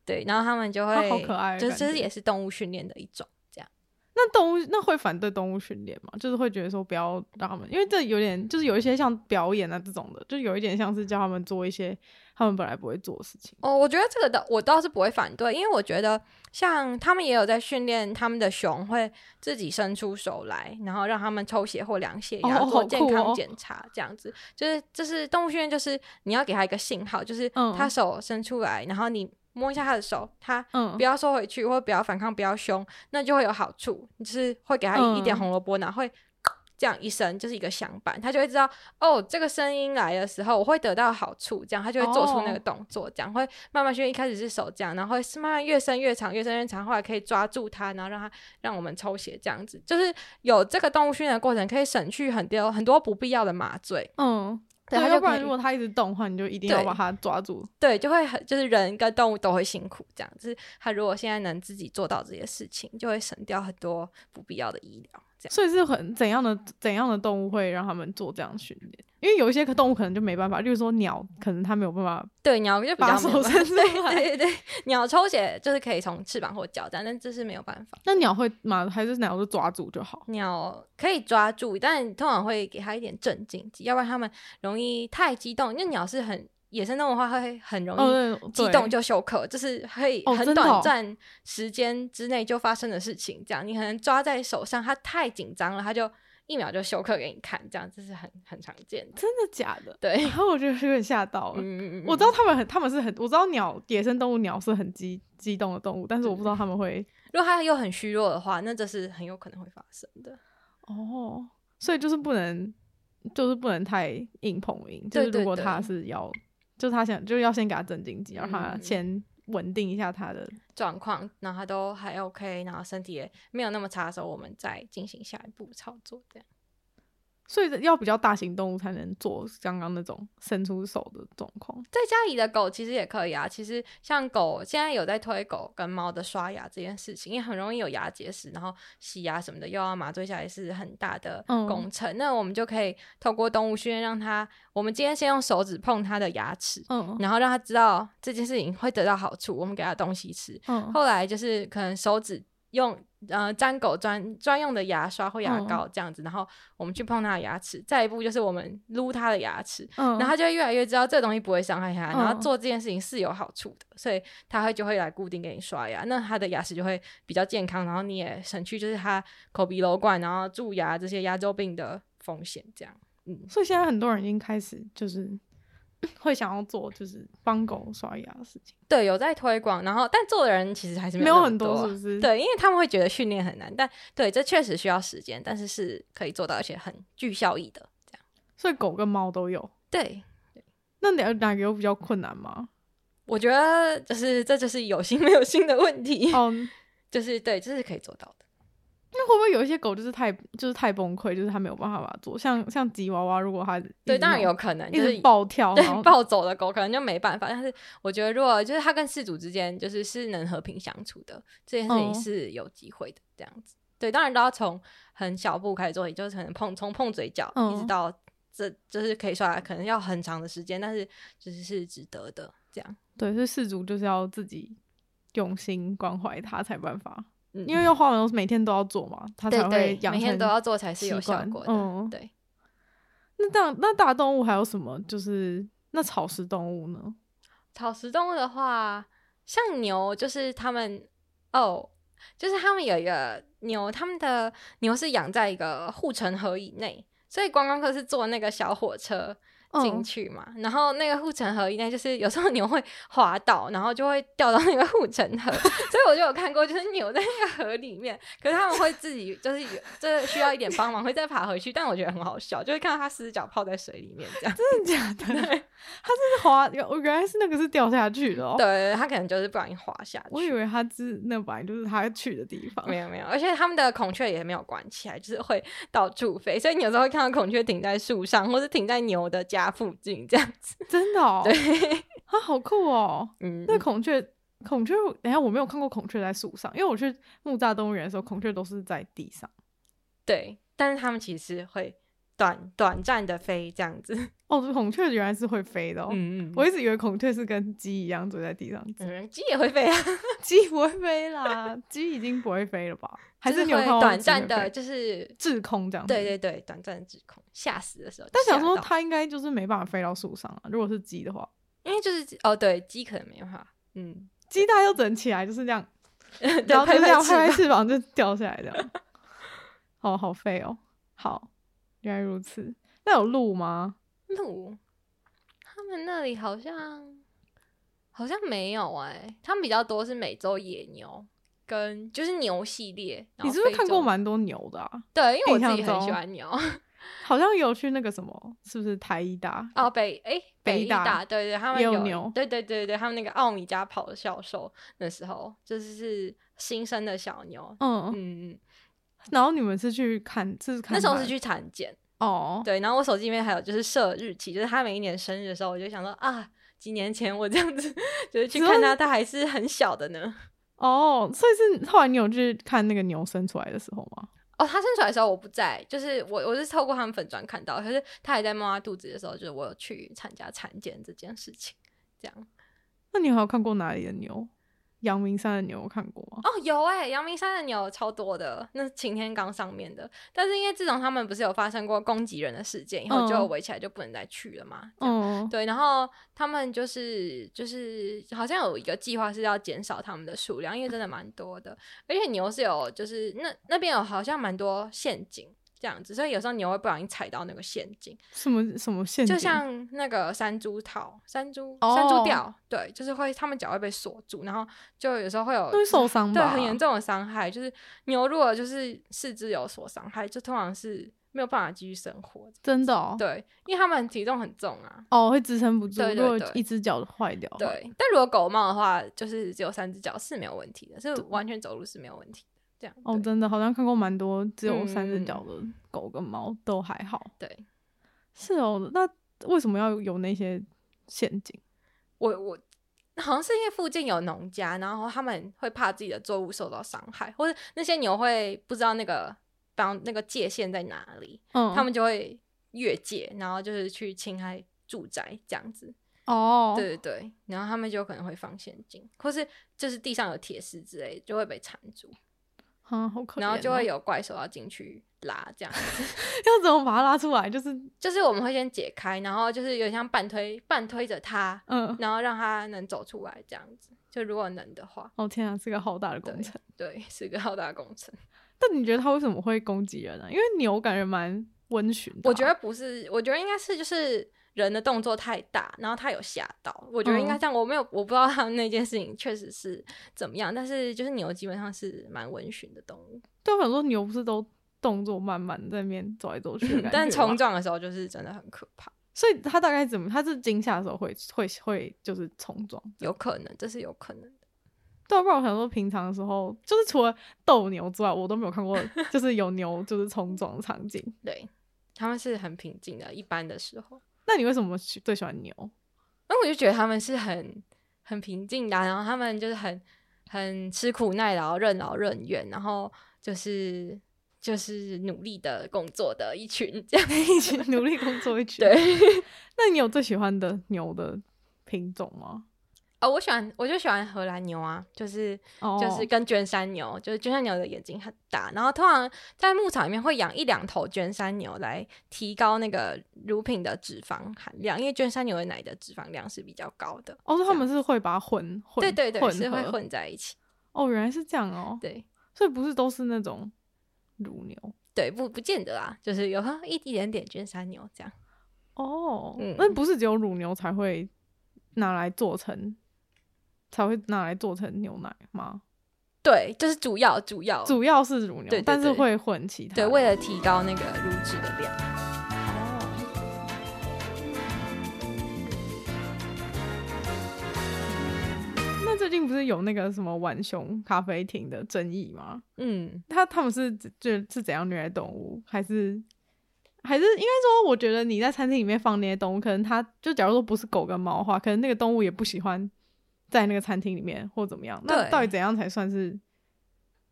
B: 对，然后他们就
A: 啊
B: 会、
A: 好可爱的
B: 就
A: 感
B: 就是
A: 觉
B: 也是动物训练的一种这样。
A: 那动物那会反对动物训练吗？就是会觉得说不要让他们，因为这有点就是有一些像表演啊这种的，就有一点像是叫他们做一些他们本来不会做的事情。
B: 哦，我觉得这个的我倒是不会反对，因为我觉得像他们也有在训练他们的熊会自己伸出手来，然后让他们抽血或量血，
A: 哦
B: 然后做
A: 好
B: 健
A: 酷
B: 康
A: 哦
B: 检查，这样子、就是就是动物训练，就是你要给他一个信号，就是
A: 嗯
B: 他手伸出来，然后你摸一下他的手，他
A: 嗯
B: 不，要收回去，或不要反抗，不要凶，那就会有好处，就是会给他一一点
A: 嗯
B: 红萝卜，然后会这样一声，就是一个响板，他就会知道哦，这个声音来的时候我会得到好处，这样他就会做出那个
A: 哦
B: 动作，这样会慢慢训练。一开始是手这样，然后会是慢慢越伸越长，越伸越长，后来可以抓住它，然后让它让我们抽血，这样子就是有这个动物训练的过程，可以省去很多很多不必要的麻醉，
A: 嗯，
B: 对，
A: 对，
B: 它
A: 要
B: 就
A: 不
B: 可
A: 然
B: 以
A: 如果它一直动的话，你就一定要
B: 对
A: 把它抓住。
B: 对，就会很就是人跟动物都会辛苦这样。就是他如果现在能自己做到这些事情，就会省掉很多不必要的医疗。这样，
A: 所以是很怎样的怎样的动物会让他们做这样的训练？因为有一些动物可能就没办法，例如说鸟，可能它没有办法。
B: 对鸟就比
A: 把
B: 较没有
A: 手
B: 办
A: 伸
B: 法
A: 出来
B: 对对对，鸟抽血就是可以从翅膀或脚这样，但这是没有办法。
A: 那鸟会嘛？还是鸟就抓住就
B: 嗯
A: 好？
B: 鸟可以抓住，但通常会给它一点镇静剂，要不然它们容易太激动。因为鸟是很野生动物的话，会很容易、
A: 哦，对，
B: 激
A: 对
B: 动就休克，就是可以
A: 哦
B: 很
A: 真的哦
B: 短暂时间之内就发生的事情。这样，你可能抓在手上，它太紧张了，它就一秒就休克给你看。这样，这是很很常见的。
A: 真的假的？
B: 对，
A: 然后我觉得有点吓到了。
B: 嗯，
A: 我知道。他们很，他们是很，我知道鸟，野生动物鸟是很激激动的动物，但是我不知道他们会
B: 如果它又很虚弱的话，那这是很有可能会发生的。
A: 哦，所以就是不能，就是不能太硬碰硬，就
B: 对
A: 是如果
B: 对对
A: 他是要，就是他想，就是要先给他镇静剂，让他
B: 嗯
A: 先稳定一下他的
B: 状况，然后它都还 OK，然后身体也没有那么差的时候，我们再进行下一步操作。这样，
A: 所以要比较大型动物才能做刚刚那种伸出手的状况。
B: 在家里的狗其实也可以啊。其实像狗现在有在推狗跟猫的刷牙这件事情，因为很容易有牙结石，然后洗牙什么的又要麻醉下来，是很大的
A: 嗯
B: 工程。那我们就可以透过动物训练，让它，我们今天先用手指碰它的牙齿，
A: 嗯
B: 然后让它知道这件事情会得到好处，我们给它东西吃。
A: 嗯
B: 后来就是可能手指用呃粘狗专专用的牙刷或
A: 嗯
B: 牙膏这样子，然后我们去碰它的牙齿，再一步就是我们撸它的牙齿，
A: 嗯，
B: 然后他就会越来越知道这东西不会伤害他，然后
A: 嗯
B: 做这件事情是有好处的，所以他会就会来固定给你刷牙，那他的牙齿就会比较健康，然后你也省去就是他口鼻瘘管，然后蛀牙这些牙周病的风险，这样。嗯，
A: 所以现在很多人已经开始就是 会想要做就是帮狗刷牙的事情，
B: 对，有在推广，然后但做的人其实还是
A: 没
B: 有
A: 有
B: 那
A: 很
B: 么
A: 多
B: 多，啊
A: 是不是？，
B: 对，因为他们会觉得训练很难，但对，这确实需要时间，但是是可以做到，而且很具效益的，这样。
A: 所以狗跟猫都有。
B: 对，
A: 那哪哪个有比较困难吗？
B: 我觉得就是这就是有心没有心的问题，
A: 哦，嗯那
B: 就是对，这是可以做到的。
A: 会不会有一些狗就是太就是太崩溃，就是它没有办法把它做？像像吉娃娃，如果它一直
B: 对，当然
A: 那
B: 有
A: 种
B: 可能，
A: 一
B: 就是
A: 直暴跳，然
B: 对
A: 后
B: 暴走的狗可能就没办法。但是我觉得，如果就是它跟饲主之间就是是能和平相处的，这件事情
A: 哦
B: 是有机会的。这样子，对，当然都要从很小步开始做起，就是可能碰从碰嘴角、一直
A: 嗯
B: 到这就是可以刷牙，可能要很长的时间，但是就是是值得的。这样，
A: 对，所以饲主就是要自己用心关怀它才办法，
B: 嗯
A: 因为要花每天都要做嘛，它才
B: 对
A: 会
B: 对，
A: 养
B: 每天
A: 成
B: 都要做才是
A: 习
B: 有效
A: 惯
B: 果的。
A: 嗯
B: 对，
A: 那大那大动物还有什么？就是那草食动物呢？
B: 草食动物的话，像牛，就是他们哦，就是他们有一个牛，他们的牛是养在一个护城河以内，所以观光客是坐那个小火车进
A: 嗯
B: 去嘛。然后那个护城河以内，就是有时候牛会滑倒，然后就会掉到那个护城河， 所以我就有看过，就是牛在那个河里面，可是他们会自己就是有这需要一点帮忙，会再爬回去。但我觉得很好笑，就会看到它四只脚泡在水里面这 样。
A: 真的 假的？它是滑，原原来是那个是掉下去的、哦。，
B: 对，它可能就是不小心滑下去。
A: 我以为它是那本来就是它去的地方。
B: 没有没有，而且他们的孔雀也没有关起来，就是会到处飞，所以你有时候会看到孔雀停在树上，或是停在牛的家附近这样子。
A: 真的哦，
B: 对，
A: 它好酷哦。
B: 嗯，
A: 那孔雀，孔雀，等一下我没有看过孔雀在树上，因为我去木栅动物园的时候，孔雀都是在地上。
B: 对，但是他们其实会短短暂的飞这样子。
A: 哦，孔雀原来是会飞的哦。
B: 嗯嗯，
A: 我一直以为孔雀是跟鸡一样坐在地上，
B: 嗯鸡也会飞啊，
A: 鸡不会飞啦，鸡已经不会飞了吧？还
B: 就是
A: 你有
B: 会
A: 看过
B: 短
A: 鸡
B: 暂
A: 会
B: 的，
A: 飞
B: 就是
A: 滞空这样子？
B: 对对对，短暂的滞空，吓死的时候就
A: 但
B: 吓到。
A: 想说它应该就是没办法飞到树上啊。如果是鸡的话，
B: 因为就是哦，对，鸡可能没办法，嗯，
A: 鸡大要整起来就是这样，
B: 对
A: 然后就
B: 拍
A: 这
B: 拍
A: 样
B: 翅
A: 拍拍
B: 膀
A: 翅膀就掉下来这样。哦，好废哦。好，原来如此。那有鹿吗？
B: 鹿，他们那里好像好像没有哎、他们比较多是美洲野牛跟就是牛系列。然
A: 你
B: 后
A: 是不是
B: 非
A: 看过
B: 洲？
A: 蛮多牛的啊？
B: 对，因为我
A: 印
B: 自己
A: 象
B: 很喜
A: 中
B: 欢牛。
A: 好像有去那个什么，是不是台医大？
B: 哦，北哎、
A: 北
B: 北
A: 医
B: 医
A: 大
B: 大，对对，他们
A: 也有牛
B: 对对对对，他们那个奥米加跑的销售那时候就是是新生的小牛。
A: 嗯，
B: 嗯，嗯
A: 然后你们是去看，是看
B: 那时候是
A: 它
B: 去产检，
A: 哦，
B: 对，然后我手机里面还有就是设日期，就是他每一年生日的时候，我就想说啊，几年前我这样子 就是去
A: 你
B: 看
A: 说
B: 他，他还是很小的呢。
A: 哦，所以是后来你有去看那个牛生出来的时候吗？
B: 哦，他生出来的时候我不在，就是我我是透过他们粉砖看到，可是他还在妈妈肚子的时候，就是我有去参加产检这件事情。这样哦
A: 那你还有看过哪里的牛？阳明山的牛有看过吗？
B: 哦，有哎、阳明山的牛超多的，那是擎天岗上面的。但是因为自从他们不是有发生过攻击人的事件以后，
A: 嗯
B: 就围起来就不能再去了嘛。这样
A: 嗯，
B: 对，然后他们就是就是好像有一个计划是要减少他们的数量，因为真的蛮多的，而且牛是有就是那那边有好像蛮多陷阱这样子，所以有时候牛会不小心踩到那个陷阱，
A: 什么什么陷阱？
B: 就像那个山猪套、山猪、
A: 嗯哦
B: 山猪吊，对，就是会他们脚会被锁住，然后就有时候会有
A: 都会受伤
B: 对
A: 吧？
B: 很严重的伤害，就是牛如果就是四肢有所伤害，就通常是没有办法继续生活的，
A: 真的哦，
B: 对，因为他们体重很重啊。
A: 哦，会支撑不住，
B: 对
A: 如
B: 对
A: 果
B: 对
A: 一只脚坏掉，，
B: 对，但如果狗猫的话，就是只有三只脚是没有问题的，是完全走路是没有问题的。这样
A: 哦，
B: 对
A: 真的好像看过蛮多只有三只
B: 嗯
A: 脚的狗跟猫都还好，
B: 对
A: 是哦，那为什么要有那些陷阱？
B: 我我好像是因为附近有农家，然后他们会怕自己的作物受到伤害，或者那些牛会不知道那个帮那个界限在哪里，
A: 嗯，
B: 他们就会越界，然后就是去侵害住宅这样子。
A: 哦，
B: 对对对，然后他们就可能会放陷阱，或是就是地上有铁丝之类，就会被缠住。
A: 啊，好可怜哦、
B: 然后就会有怪兽要进去拉，这样
A: 要怎么把它拉出来？就是
B: 就是我们会先解开，然后就是有点像半推半推着它，
A: 嗯，
B: 然后让它能走出来这样子。就如果能的话，
A: 哦天啊，是个好大的
B: 对
A: 工程。
B: 对，是个浩大工
A: 啊
B: 程。
A: 但你觉得它为什么会攻击人啊呢、因为牛感觉蛮温驯的啊、
B: 我觉得不是，我觉得应该是就是人的动作太大，然后他有吓到。我觉得应该
A: 嗯
B: 这样，我没有我不知道他们那件事情确实是怎么样，但是就是牛基本上是蛮温驯的动物，
A: 对我想说牛不是都动作慢慢在那边走来走去的感觉吗，
B: 但冲撞的时候就是真的很可怕，
A: 所以它大概怎么？它是惊吓的时候会会会就是冲撞，
B: 有可能这是有可能的。
A: 对啊，不然我想说平常的时候，就是除了斗牛之外，我都没有看过 就是有牛就是冲撞的场景。
B: 对，他们是很平静的，一般的时候，
A: 那你为什么喜最喜欢牛？
B: 那我就觉得他们是很很平静的啊、然后他们就是很很吃苦耐劳、任劳任怨，然后就是就是努力的工作的一群 这样
A: 一群努力工作一群。
B: 对。
A: 那你有最喜欢的牛的品种吗？
B: 哦，我喜欢，我就喜欢荷兰牛啊，就是、
A: 哦，
B: 就是跟卷山牛，就是卷山牛的眼睛很大，然后通常在牧场里面会养一两头卷山牛来提高那个乳品的脂肪含量，因为卷山牛的奶的脂肪量是比较高的。
A: 哦，所以他
B: 这样
A: 们是会把它混混
B: 对对对，
A: 混
B: 是会
A: 合
B: 混在一起。
A: 哦，原来是这样哦，
B: 对
A: 所以不是都是那种乳牛
B: 对，不不见得啦，就是有一一点点卷山牛这样。
A: 哦，
B: 嗯
A: 那不是只有乳牛才会拿来做成，才会拿来做成牛奶吗？
B: 对，就是主要主要
A: 主要是乳牛，
B: 哦对对
A: 但是
B: 对
A: 会混其他的。
B: 对，为了提高那个乳脂的量。
A: 那最近不是有那个什么浣熊咖啡厅的争议吗？
B: 嗯，
A: 他他们是就是是怎样虐待动物，还是还是应该说，我觉得你在餐厅里面放那些动物，可能它就假如说不是狗跟猫的话，可能那个动物也不喜欢在那个餐厅里面或怎么样。那
B: 对
A: 到底怎样才算是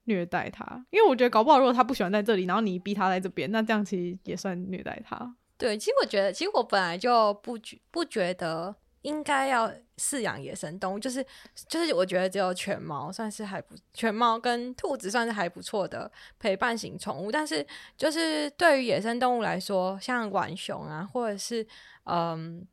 A: 虐待它？因为我觉得搞不好，如果它不喜欢在这里，然后你逼它在这边，那这样其实也算虐待它。
B: 对，其实我觉得，其实我本来就不觉不觉得应该要饲养野生动物，就是就是我觉得只有犬猫算是还不犬猫跟兔子算是还不错的陪伴型宠物，但是就是对于野生动物来说，像浣熊啊，或者是嗯。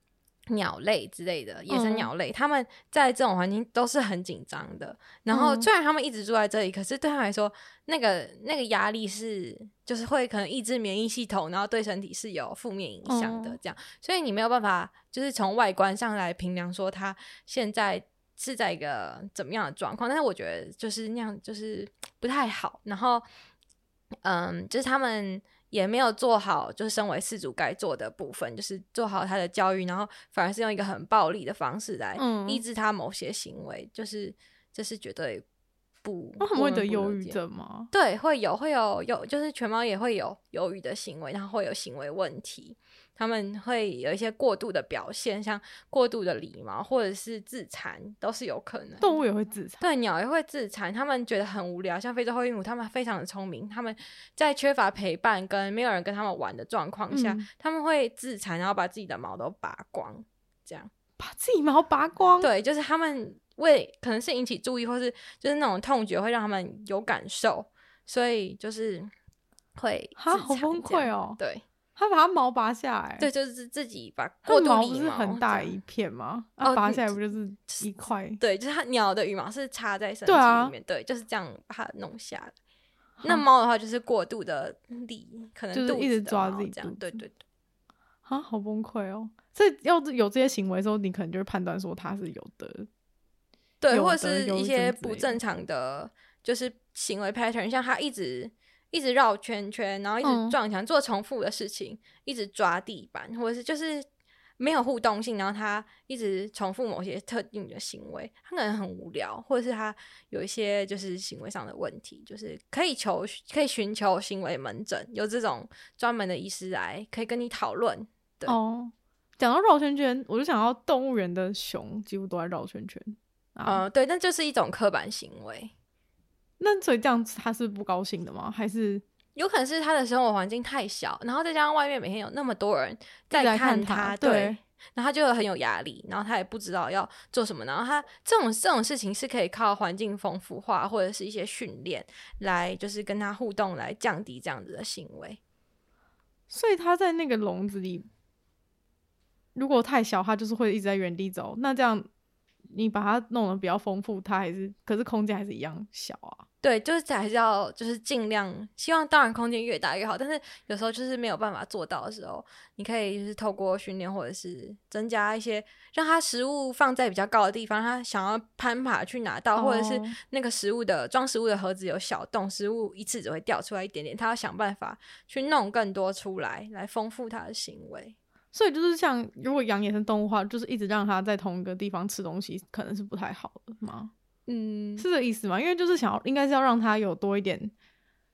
B: 鸟类之类的野生
A: 嗯
B: 鸟类，它们在这种环境都是很紧张的。然后
A: 嗯
B: 虽然它们一直住在这里，可是对它来说，那个那个压力是，就是会可能抑制免疫系统，然后对身体是有负面影响的
A: 哦，
B: 这样，所以你没有办法就是从外观上来评量说它现在是在一个怎么样的状况。但是我觉得就是那样，就是不太好。然后，嗯，就是他们也没有做好，就是身为饲主该做的部分，就是做好他的教育，然后反而是用一个很暴力的方式来
A: 嗯
B: 抑制他某些行为，就是这是绝对不。
A: 那他们会得
B: 不能不
A: 忧
B: 能
A: 郁
B: 接
A: 症吗？
B: 对，会有会有有，就是犬猫也会有忧郁的行为，然后会有行为问题，他们会有一些过度的表现，像过度的礼貌或者是自残，都是有可能。
A: 动物也会自残。
B: 对鸟也会自残，他们觉得很无聊。像非洲灰鹦鹉，他们非常的聪明，他们在缺乏陪伴跟没有人跟他们玩的状况下，
A: 嗯
B: 他们会自残，然后把自己的毛都拔光，这样。
A: 把自己毛拔光，
B: 对，就是他们为可能是引起注意，或是就是那种痛觉会让他们有感受，所以就是会
A: 哈，
B: 自
A: 好
B: 残
A: 崩
B: 这样
A: 溃。哦！
B: 对
A: 他把他毛拔下来，
B: 对，，就是自己把
A: 他
B: 过
A: 的
B: 度
A: 毛
B: 理
A: 不是很
B: 这
A: 大
B: 样
A: 一片吗？
B: 哦
A: 啊，拔
B: 嗯
A: 下来不就是一块？
B: 对，就是它鸟的羽毛是插在身体
A: 对啊
B: 里面，对，就是这样把它弄下来。那猫的话就是过度的力，可能
A: 就是
B: 肚
A: 一
B: 子
A: 直
B: 的
A: 抓
B: 毛
A: 自己
B: 这
A: 肚
B: 样，对
A: 子
B: 对对，
A: 啊，好崩溃哦！所以要是有这些行为之后，你可能就会判断说他是有的。
B: 对，
A: 有
B: 或者
A: 的
B: 是
A: 忧
B: 一
A: 郁
B: 些
A: 症之
B: 不
A: 类的
B: 正常的就是行为 pattern，像它一直一直绕圈圈，然后一直
A: 嗯
B: 撞墙，做重复的事情，一直抓地板，或者是就是没有互动性，然后它一直重复某些特定的行为，它可能很无聊，或者是它有一些就是行为上的问题，就是可以求可以寻求行为门诊，有这种专门的医师来可以跟你讨论。对
A: 哦，讲到绕圈圈，我就想到动物园的熊几乎都在绕圈圈啊。
B: 呃，对，但这是一种刻板行为。
A: 那所以这样子他是不高兴的吗？还是
B: 有可能是他的生活环境太小，然后再加上外面每天有那么多人在
A: 在
B: 看
A: 看他
B: 对
A: 对
B: 然后他就很有压力，然后他也不知道要做什么，然后他这种这种事情是可以靠环境丰富化或者是一些训练来，就是跟他互动来降低这样子的行为。
A: 所以它在那个笼子里，如果太小，它就是会一直在原地走。那这样你把它弄得比较丰富，它还是可是空间还是一样小啊。
B: 对，就是还是要就是尽量，希望当然空间越大越好，但是有时候就是没有办法做到的时候，你可以就是透过训练或者是增加一些，让它食物放在比较高的地方，它想要攀爬去拿到，或者是
A: 哦
B: 那个食物的装食物的盒子有小洞，食物一次只会掉出来一点点，它要想办法去弄更多出来，来丰富它的行为。
A: 所以就是像如果养野生动物的话，就是一直让它在同一个地方吃东西，可能是不太好的嘛，
B: 嗯
A: 是，这个意思吗？因为就是想要应该是要让它有多一点，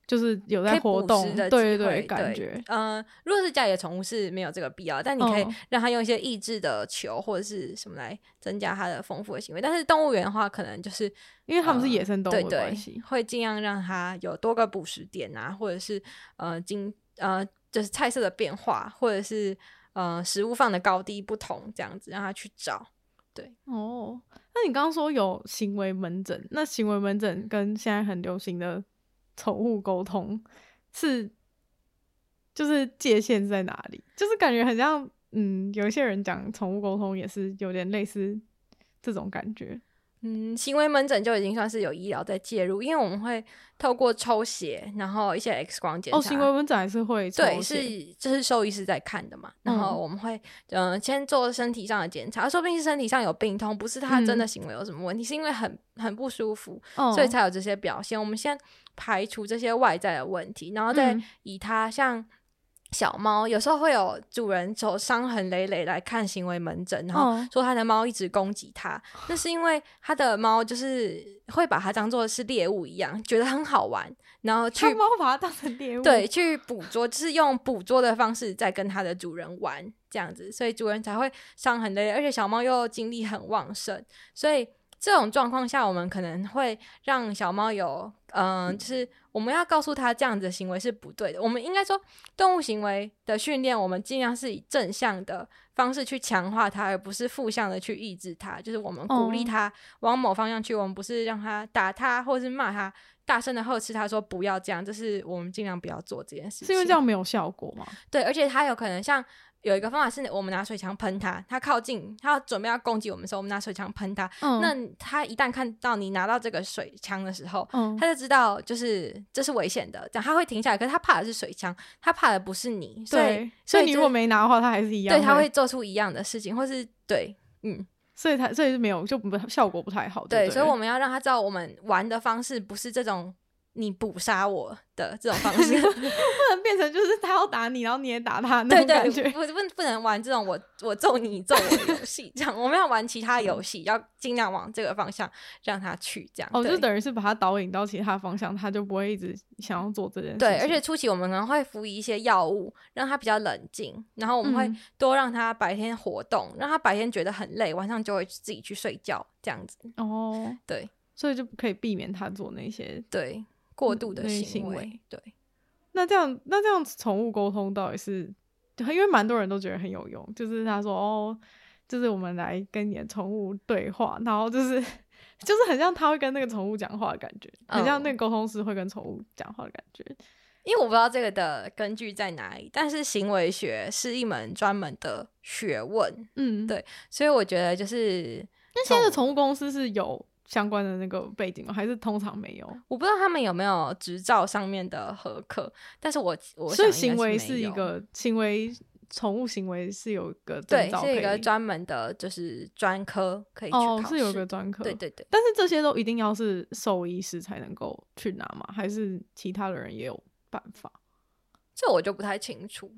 A: 就是有
B: 可
A: 在
B: 以
A: 活
B: 捕
A: 动
B: 食，的
A: 对对
B: 机会
A: 对，感觉。
B: 嗯、呃如果是家里的宠物是没有这个必要，但你可以
A: 嗯
B: 让它用一些益智的球或者是什么来增加它的丰富的行为。但是动物园的话，可能就是
A: 因为它们是
B: 呃
A: 野生动物
B: 对
A: 的
B: 对
A: 关系，
B: 会尽量让它有多个捕食点啊，或者是呃经呃就是菜色的变化，或者是呃食物放的高低不同这样子，让它去找。
A: 哦，那你刚刚说有行为门诊，那行为门诊跟现在很流行的宠物沟通是，就是界限在哪里？就是感觉很像，嗯，有一些人讲宠物沟通也是有点类似这种感觉。
B: 嗯，行为门诊就已经算是有医疗在介入，因为我们会透过抽血，然后一些 X 光检查。
A: 哦，行为门诊还是会抽
B: 对，
A: 血
B: 是这是兽医师在看的嘛，然后
A: 嗯
B: 我们会嗯、呃先做身体上的检查，说不定是身体上有病痛，不是他真的
A: 嗯
B: 行为有什么问题，是因为很很不舒服，
A: 哦、
B: 所以才有这些表现。我们先排除这些外在的问题，然后再
A: 嗯
B: 以它像小猫，有时候会有主人手伤痕累累来看行为门诊，然后
A: 哦
B: 说他的猫一直攻击它，那是因为他的猫就是会把它当做是猎物一样，觉得很好玩，然后去
A: 他猫把它当成猎物，
B: 对，，去捕捉，就是用捕捉的方式在跟它的主人玩这样子，所以主人才会伤痕累累，而且小猫又精力很旺盛，所以这种状况下，我们可能会让小猫有，嗯、就是我们要告诉它这样子的行为是不对的。我们应该说，动物行为的训练，我们尽量是以正向的方式去强化它，而不是负向的去抑制它。就是我们鼓励
A: 哦
B: 它往某方向去，我们不是让它打它或是骂它。大声的呵斥他说：“不要这样，这是我们尽量不要做这件事情。”
A: 是因为这样没有效果嘛？
B: 对，而且它有可能像有一个方法是我们拿水枪喷它，它靠近，它准备要攻击我们的时候，我们拿水枪喷它。
A: 嗯，
B: 那它一旦看到你拿到这个水枪的时候，
A: 嗯，
B: 它就知道就是这是危险的，这样它会停下来。可是它怕的是水枪，它怕的不是你，所以
A: 对，所以
B: 就
A: 你
B: 是
A: 如果没拿的话，它还是一样，
B: 对它会，做出一样的事情，或是对，嗯，
A: 所以它所以是没有就不效果不太好，
B: 对，
A: 不
B: 所以我们要让他知道我们玩的方式不是这种你捕杀我的这种方式，
A: 不能变成就是他要打你，然后你也打他那
B: 对
A: 种感觉。
B: 对，不不不能玩这种我我揍你你揍我的游戏，这样我们要玩其他游戏，要尽量往这个方向让他去这样。
A: 哦，
B: 对
A: 就等于是把他导引到其他方向，他就不会一直想要做这件事情。
B: 对，而且初期我们可能会服一些药物，让他比较冷静，然后我们会
A: 嗯
B: 多让他白天活动，让他白天觉得很累，晚上就会自己去睡觉这样子。
A: 哦，
B: 对，
A: 所以就可以避免他做那些。
B: 对，过度
A: 那
B: 的
A: 些
B: 行
A: 嗯行
B: 为，
A: 为
B: 对。
A: 那这样，那这样宠物沟通到底是，因为蛮多人都觉得很有用，就是他说哦，就是我们来跟你的宠物对话，然后就是 就是很像他会跟那个宠物讲话的感觉，很像
B: 嗯
A: 那个沟通师会跟宠物讲话的感觉。
B: 因为我不知道这个的根据在哪里，但是行为学是一门专门的学问，
A: 嗯，
B: 对所以我觉得就是
A: 那现在的宠物公司是有相关的那个背景吗？还是通常没有？
B: 我不知道他们有没有执照上面的合课，但是我我
A: 所以
B: 想应
A: 行
B: 该
A: 为
B: 是
A: 是
B: 没
A: 一
B: 有
A: 个行为，宠物行为是有一个证
B: 对，
A: 照
B: 是一
A: 可
B: 个
A: 以
B: 专门的，就是专科可以去
A: 哦
B: 考，
A: 是有一
B: 试
A: 个专科，
B: 对。对对，
A: 但是这些都一定要是兽医师才能够去拿吗？还是其他的人也有办法？
B: 这我就不太清楚，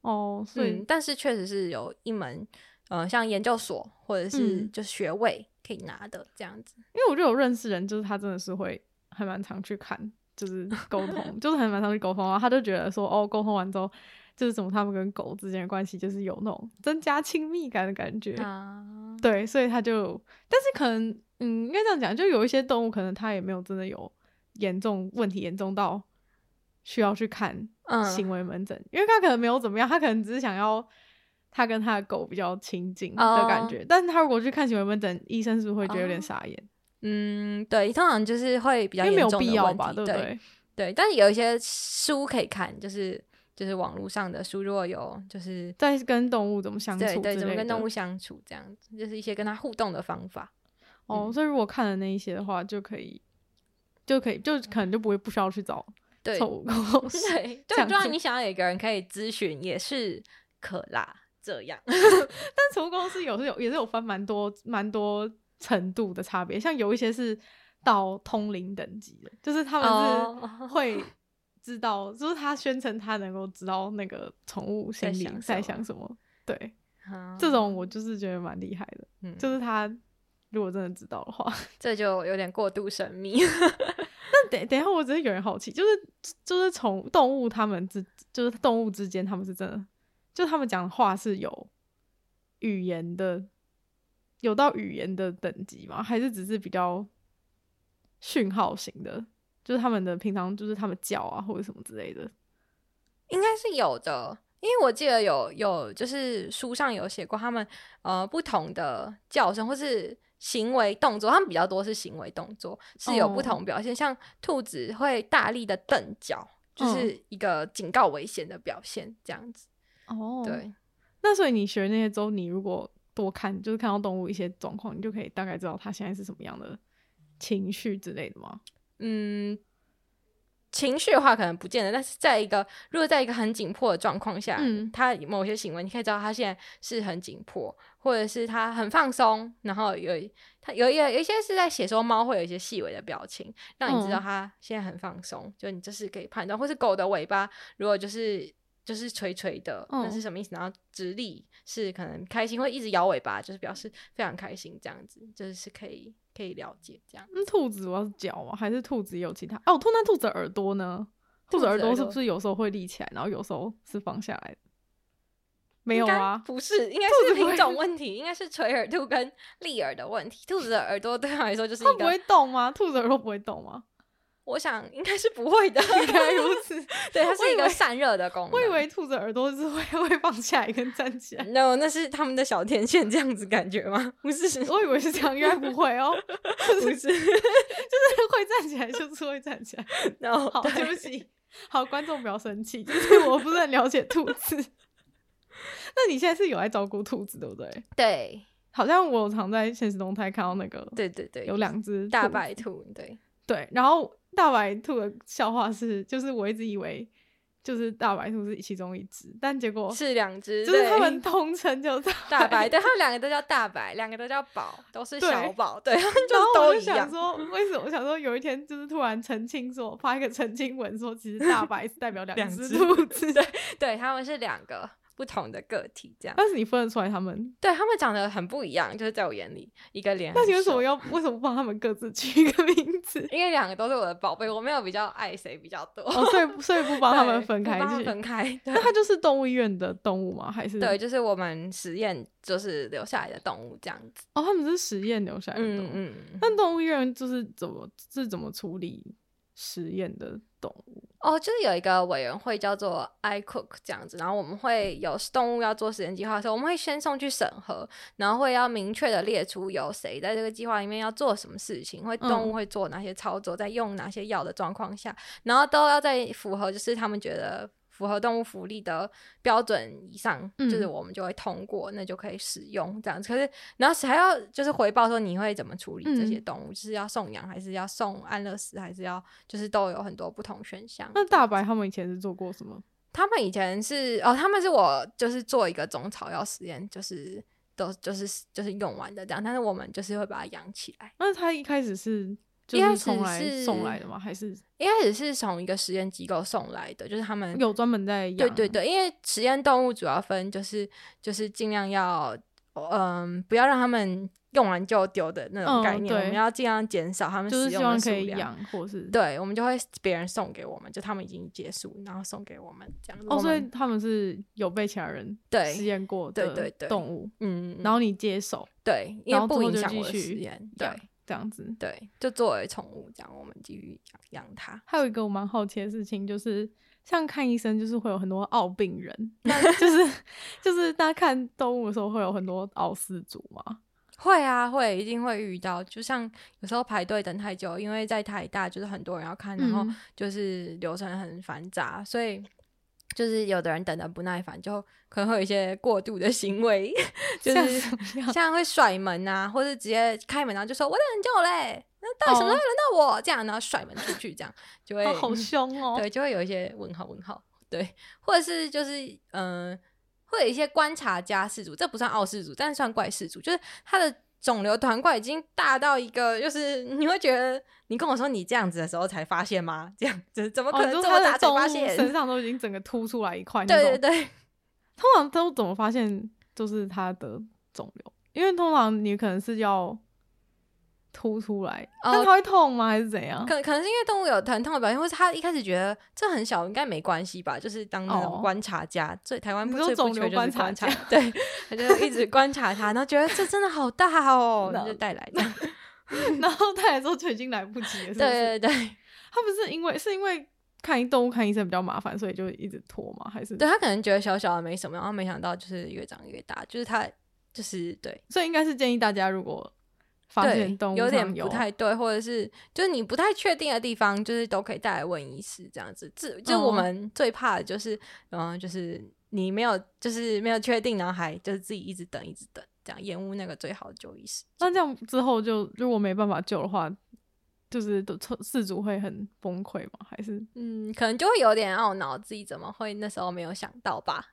A: 哦，所以、
B: 嗯，但是确实是有一门，呃，像研究所或者是
A: 嗯
B: 就是学位可以拿的这样子，
A: 因为我就有认识人，就是他真的是会还蛮常去看， 就是沟通， 就是还蛮常去沟通，然后啊他就觉得说，哦，沟通完之后，就是怎么他们跟狗之间的关系就是有那种增加亲密感的感觉，
B: 啊，
A: 对，所以他就，但是可能，嗯，应该这样讲，就有一些动物可能它也没有真的有严重问题，严重到需要去看
B: 嗯，
A: 行为门诊，因为它可能没有怎么样，它可能只是想要他跟他的狗比较亲近的
B: 哦
A: 感觉。但是他如果去看行为门诊，医生是不是会觉得有点傻眼？
B: 嗯，对，通常就是会比较
A: 因为没
B: 严
A: 有
B: 重
A: 必
B: 的
A: 要
B: 问
A: 吧，
B: 题，
A: 对不
B: 对
A: 对？
B: 对，但是有一些书可以看，就是就是网络上的书，如果有就是
A: 在跟动物怎么相处
B: 对对，
A: 之
B: 怎么
A: 类
B: 跟动
A: 的
B: 物相处这样子，就是一些跟它互动的方法。
A: 哦，所以如果看了那一些的话，就可以，就可以，就可能就不会不需要去找
B: 对
A: 宠物 沟师。
B: 对，
A: 这
B: 就
A: 样
B: 如果
A: 子
B: 你想要有一个人可以咨询，也是可啦。这样
A: 但宠物公司有是有也是有分蛮多蛮多程度的差别，像有一些是到通灵等级的，就是他们是
B: 哦
A: 会知道就是他宣称他能够知道那个宠物心
B: 在
A: 里
B: 想
A: 在
B: 什么
A: 想什么。对，
B: 啊
A: 这种我就是觉得蛮厉害的，
B: 嗯
A: 就是他如果真的知道的话，
B: 这就有点过度神秘。
A: 但等等一下，我只是有点好奇，就是就是宠动物他们之就是动物之间，他们是真的，就他们讲的话是有语言的，有到语言的等级吗？还是只是比较讯号型的？就是他们的平常就是他们叫啊或者什么之类的。
B: 应该是有的，因为我记得有有就是书上有写过他们呃不同的叫声或是行为动作，他们比较多是行为动作是有不
A: 哦
B: 同表现，像兔子会大力的蹬脚，
A: 嗯
B: 就是一个警告危险的表现，这样子。
A: 哦
B: 对，
A: 那所以你学那些之后，你如果多看，就是看到动物一些状况，你就可以大概知道它现在是什么样的情绪之类的吗？
B: 嗯。情绪的话可能不见得，但是在一个如果在一个很紧迫的状况下，
A: 嗯
B: 他某些行为，你可以知道他现在是很紧迫，或者是他很放松，然后有他有一有一些是在写说猫会有一些细微的表情，让你知道
A: 嗯
B: 它现在很放松，就你这是可以判断，或是狗的尾巴如果就是就是垂垂的，那
A: 嗯
B: 是什么意思？然后直立是可能开心，会一直摇尾巴，就是表示非常开心这样子，就是是可以可以了解这样。
A: 那兔子主要是脚吗？还是兔子也有其他？哦，兔那兔子的耳朵呢？兔子耳朵是不是有时候会立起来，然后有时候是放下来的？没有
B: 应该
A: 啊，
B: 不是，应该
A: 兔
B: 是
A: 子不
B: 品
A: 会
B: 种问题，应该是垂耳兔跟立耳的问题。兔子的耳朵对它来说就是
A: 它
B: 一
A: 不会
B: 个，
A: 动吗？兔子耳朵不会动吗？
B: 我想 应该是不会的，
A: 应该如此。
B: 对，它
A: 我
B: 是
A: 以
B: 一个
A: 为
B: 散热的嗯功能。
A: 我以为兔子耳朵是会 会放下来跟站起来，
B: no，那是他们的小天线这样子感觉吗？不是，
A: 我以为是这样，原来不会 哦，
B: 不是
A: 就是会站起来就是会站起来。
B: ，no，
A: 好，
B: 哦对
A: 对不起，好，观众不要生气，就是我不是很了解兔子。 那你现在是有在照顾兔子，对不对？
B: 对
A: 好像我有常在现实动态看到那个，
B: 对对对，
A: 有两只
B: 大
A: 兔子
B: 白兔，对，
A: 对，然后大白兔的笑话是，就是我一直以为就是大白兔是其中一只，但结果
B: 是两只，
A: 哦就是他
B: 对
A: 们通称叫
B: 大白，对他们两个都叫大白，两个都叫宝，都是
A: 对
B: 小宝，对， 他们
A: 然后
B: 都
A: 我就
B: 一
A: 想
B: 样。
A: 说，为什么？我想说有一天就是突然澄清说，发一个澄清文说，其实大白是代表两
B: 两
A: 只
B: 只
A: 兔子，
B: 对对，他们是两个不同的个体，这样。
A: 但是你分得出来他们。
B: 对他们长得很不一样，就是在我眼里，一个脸很
A: 那
B: 瘦。
A: 你为什么要为什么不帮他们各自取一个名字？
B: 因为两个都是我的宝贝，我没有比较爱谁比较多。
A: 哦，所以所以不帮他们
B: 对
A: 分
B: 不
A: 开
B: 帮他们
A: 去。
B: 分开。对
A: 那它 就是动物医院的动物吗？还是
B: 对，就是我们实验就是留下来的动物这样子。
A: 哦，他们是实验留下来的动
B: 嗯
A: 物。
B: 嗯。
A: 但动物医院就是怎么是怎么处理实验的动物？
B: 哦，就是有一个委员会叫做 iCook 这样子，然后我们会有动物要做实验计划的时候，我们会先送去审核，然后会要明确的列出有谁在这个计划里面要做什么事情，会动
A: 嗯
B: 物会做哪些操作，在用哪些药的状况下，然后都要在符合就是他们觉得符合动物福利的标准以上，就是
A: 嗯
B: 我们就会通过，那就可以使用这样子。可是然后还要就是回报说你会怎么处理这些
A: 嗯
B: 动物，就是要送养还是要送安乐死，还是要就是都有很多不同选项。
A: 那大白他们以前是做过什么？
B: 他们以前是哦，他们是我就是做一个中草药实验，就是都就是就是用完的这样，但是我们就是会把它养起来。
A: 那他一开始是就
B: 一开
A: 是
B: 始
A: 从来
B: 是
A: 送来的吗？还是
B: 一开始是从一个实验机构送来的，就是他们
A: 有专门在养？
B: 对对，对，因为实验动物主要分就是就是尽量要嗯不要让他们用完就丢的那种
A: 嗯
B: 概念，我
A: 对
B: 们要尽量减少他们
A: 就
B: 使
A: 是希
B: 用的
A: 望
B: 数
A: 可以
B: 量。
A: 养，或是
B: 对，我们就会别人送给我们，就他们已经结束，然后送给我们这样子。
A: 哦，
B: 我
A: 所以
B: 们
A: 他们是有被其他人
B: 对
A: 实验过
B: 对
A: 的
B: 对对
A: 动物，
B: 嗯，
A: 然后你接手
B: 对，因
A: 然后
B: 为不
A: 之后
B: 影
A: 就
B: 响
A: 继
B: 我的实
A: 续
B: 验，对
A: 养这样子。
B: 对，就作为宠物这样，我们继续养养它。
A: 还有一个我蛮好奇的事情就是。像看医生就是会有很多奥病人， 那就是就是大家看动物的时候会有很多奥斯族嘛。
B: 会啊，会一定会遇到。就像有时候排队等太久，因为在台大就是很多人要看，然后
A: 嗯
B: 就是流程很繁杂，所以就是有的人等的不耐烦，就可能会有一些过度的行为，就是
A: 像什么样
B: 像会甩门啊，或者直接开门然后就说“我等很久嘞”，那到底什么时候轮到我？这样，然后甩门出去，这样就会嗯
A: 哦好凶哦。
B: 对，就会有一些问号问号，对，或者是就是嗯、呃会有一些观察家氏族，这不算傲氏族，但是算怪氏族，就是它的肿瘤团块已经大到一个，就是你会觉得你跟我说你这样子的时候才发现吗？这样子怎么可
A: 哦，
B: 能
A: 就
B: 这
A: 是
B: 么
A: 他
B: 大
A: 的
B: 才
A: 动
B: 发
A: 物
B: 现？
A: 身上都已经整个凸出来一 块那
B: 对
A: 种。
B: 对对，
A: 通常都怎么发现就是它的肿瘤？因为通常你可能是要凸出来，
B: 哦
A: 但它会痛吗？还是怎样？
B: 可可能是因为动物有疼痛的表现，或是他一开始觉得这很小，应该没关系吧，就是当那
A: 哦
B: 种观察家，最台湾
A: 你
B: 不
A: 说
B: 最不
A: 肿
B: 缺
A: 瘤
B: 就是观
A: 观察
B: 察，对，他就一直观察它，然后觉得这真的好大 哦，
A: 那
B: 那就带来这样，
A: 然后带来之后就已经来不及了，是不是？
B: 对对对。
A: 它不是因为是因为看动物看医生比较麻烦，所以就一直拖吗？还是
B: 对他可能觉得小小的没什么，然后没想到就是越长越大，就是他就是对
A: 所以应该是建议大家，如果发
B: 对
A: 现动物
B: 有点
A: 上
B: 不太对，或者是就是你不太确定的地方，就是都可以带来问医师这样子。这就
A: 哦
B: 我们最怕的就是嗯、就是你没有就是没有确定，然后还就是自己一直等一直等，这样延误那个最好的就医时间。
A: 那这样之后就如果没办法救的话，就是都事主会很崩溃吗？还 是
B: 嗯，可能就会有点懊恼自己怎么会那时候没有想到吧。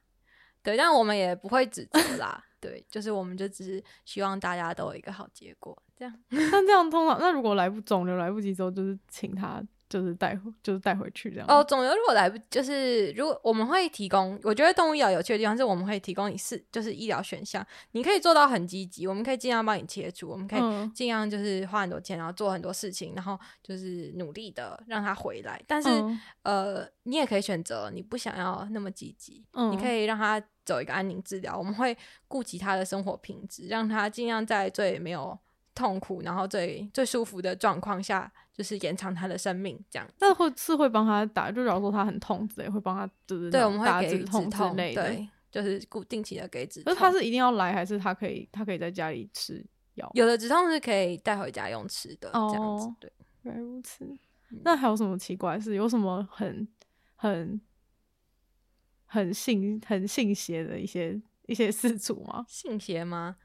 B: 对，但我们也不会指责啦。 对，就是我们就只是希望大家都有一个好结果，这样。
A: 那这样通常那如果来不肿瘤来不及之后，就是请他就是带回就是带回去这样吗
B: 哦，肿瘤如果来不就是如果我们会提供，我觉得动物医疗有趣的地方是我们会提供你是就是医疗选项，你可以做到很积极，我们可以尽量帮你切除，我们可以
A: 嗯
B: 尽量就是花很多钱，然后做很多事情，然后就是努力的让它回来。但是、
A: 嗯
B: 呃，你也可以选择你不想要那么积极，
A: 嗯
B: 你可以让它走一个安宁治疗，我们会顾及它的生活品质，让它尽量在最没有痛苦，然后最最舒服的状况下，就是延长它的生命这样。
A: 那会是会帮他打，就假如说他很痛之类，会帮他就是
B: 对，
A: 那
B: 我
A: 种
B: 们
A: 打
B: 会给
A: 止
B: 予
A: 痛之
B: 痛，
A: 类的。
B: 对，就是固定期的给止
A: 可
B: 痛。
A: 是他是一定要来，还是他可以他可以在家里吃药？
B: 有的止痛是可以带回家用吃的，这样子
A: 哦。
B: 对，
A: 原来如此。
B: 嗯
A: 那还有什么奇怪的事？有什么很很很信很信邪的一些一些事主吗？
B: 信邪吗？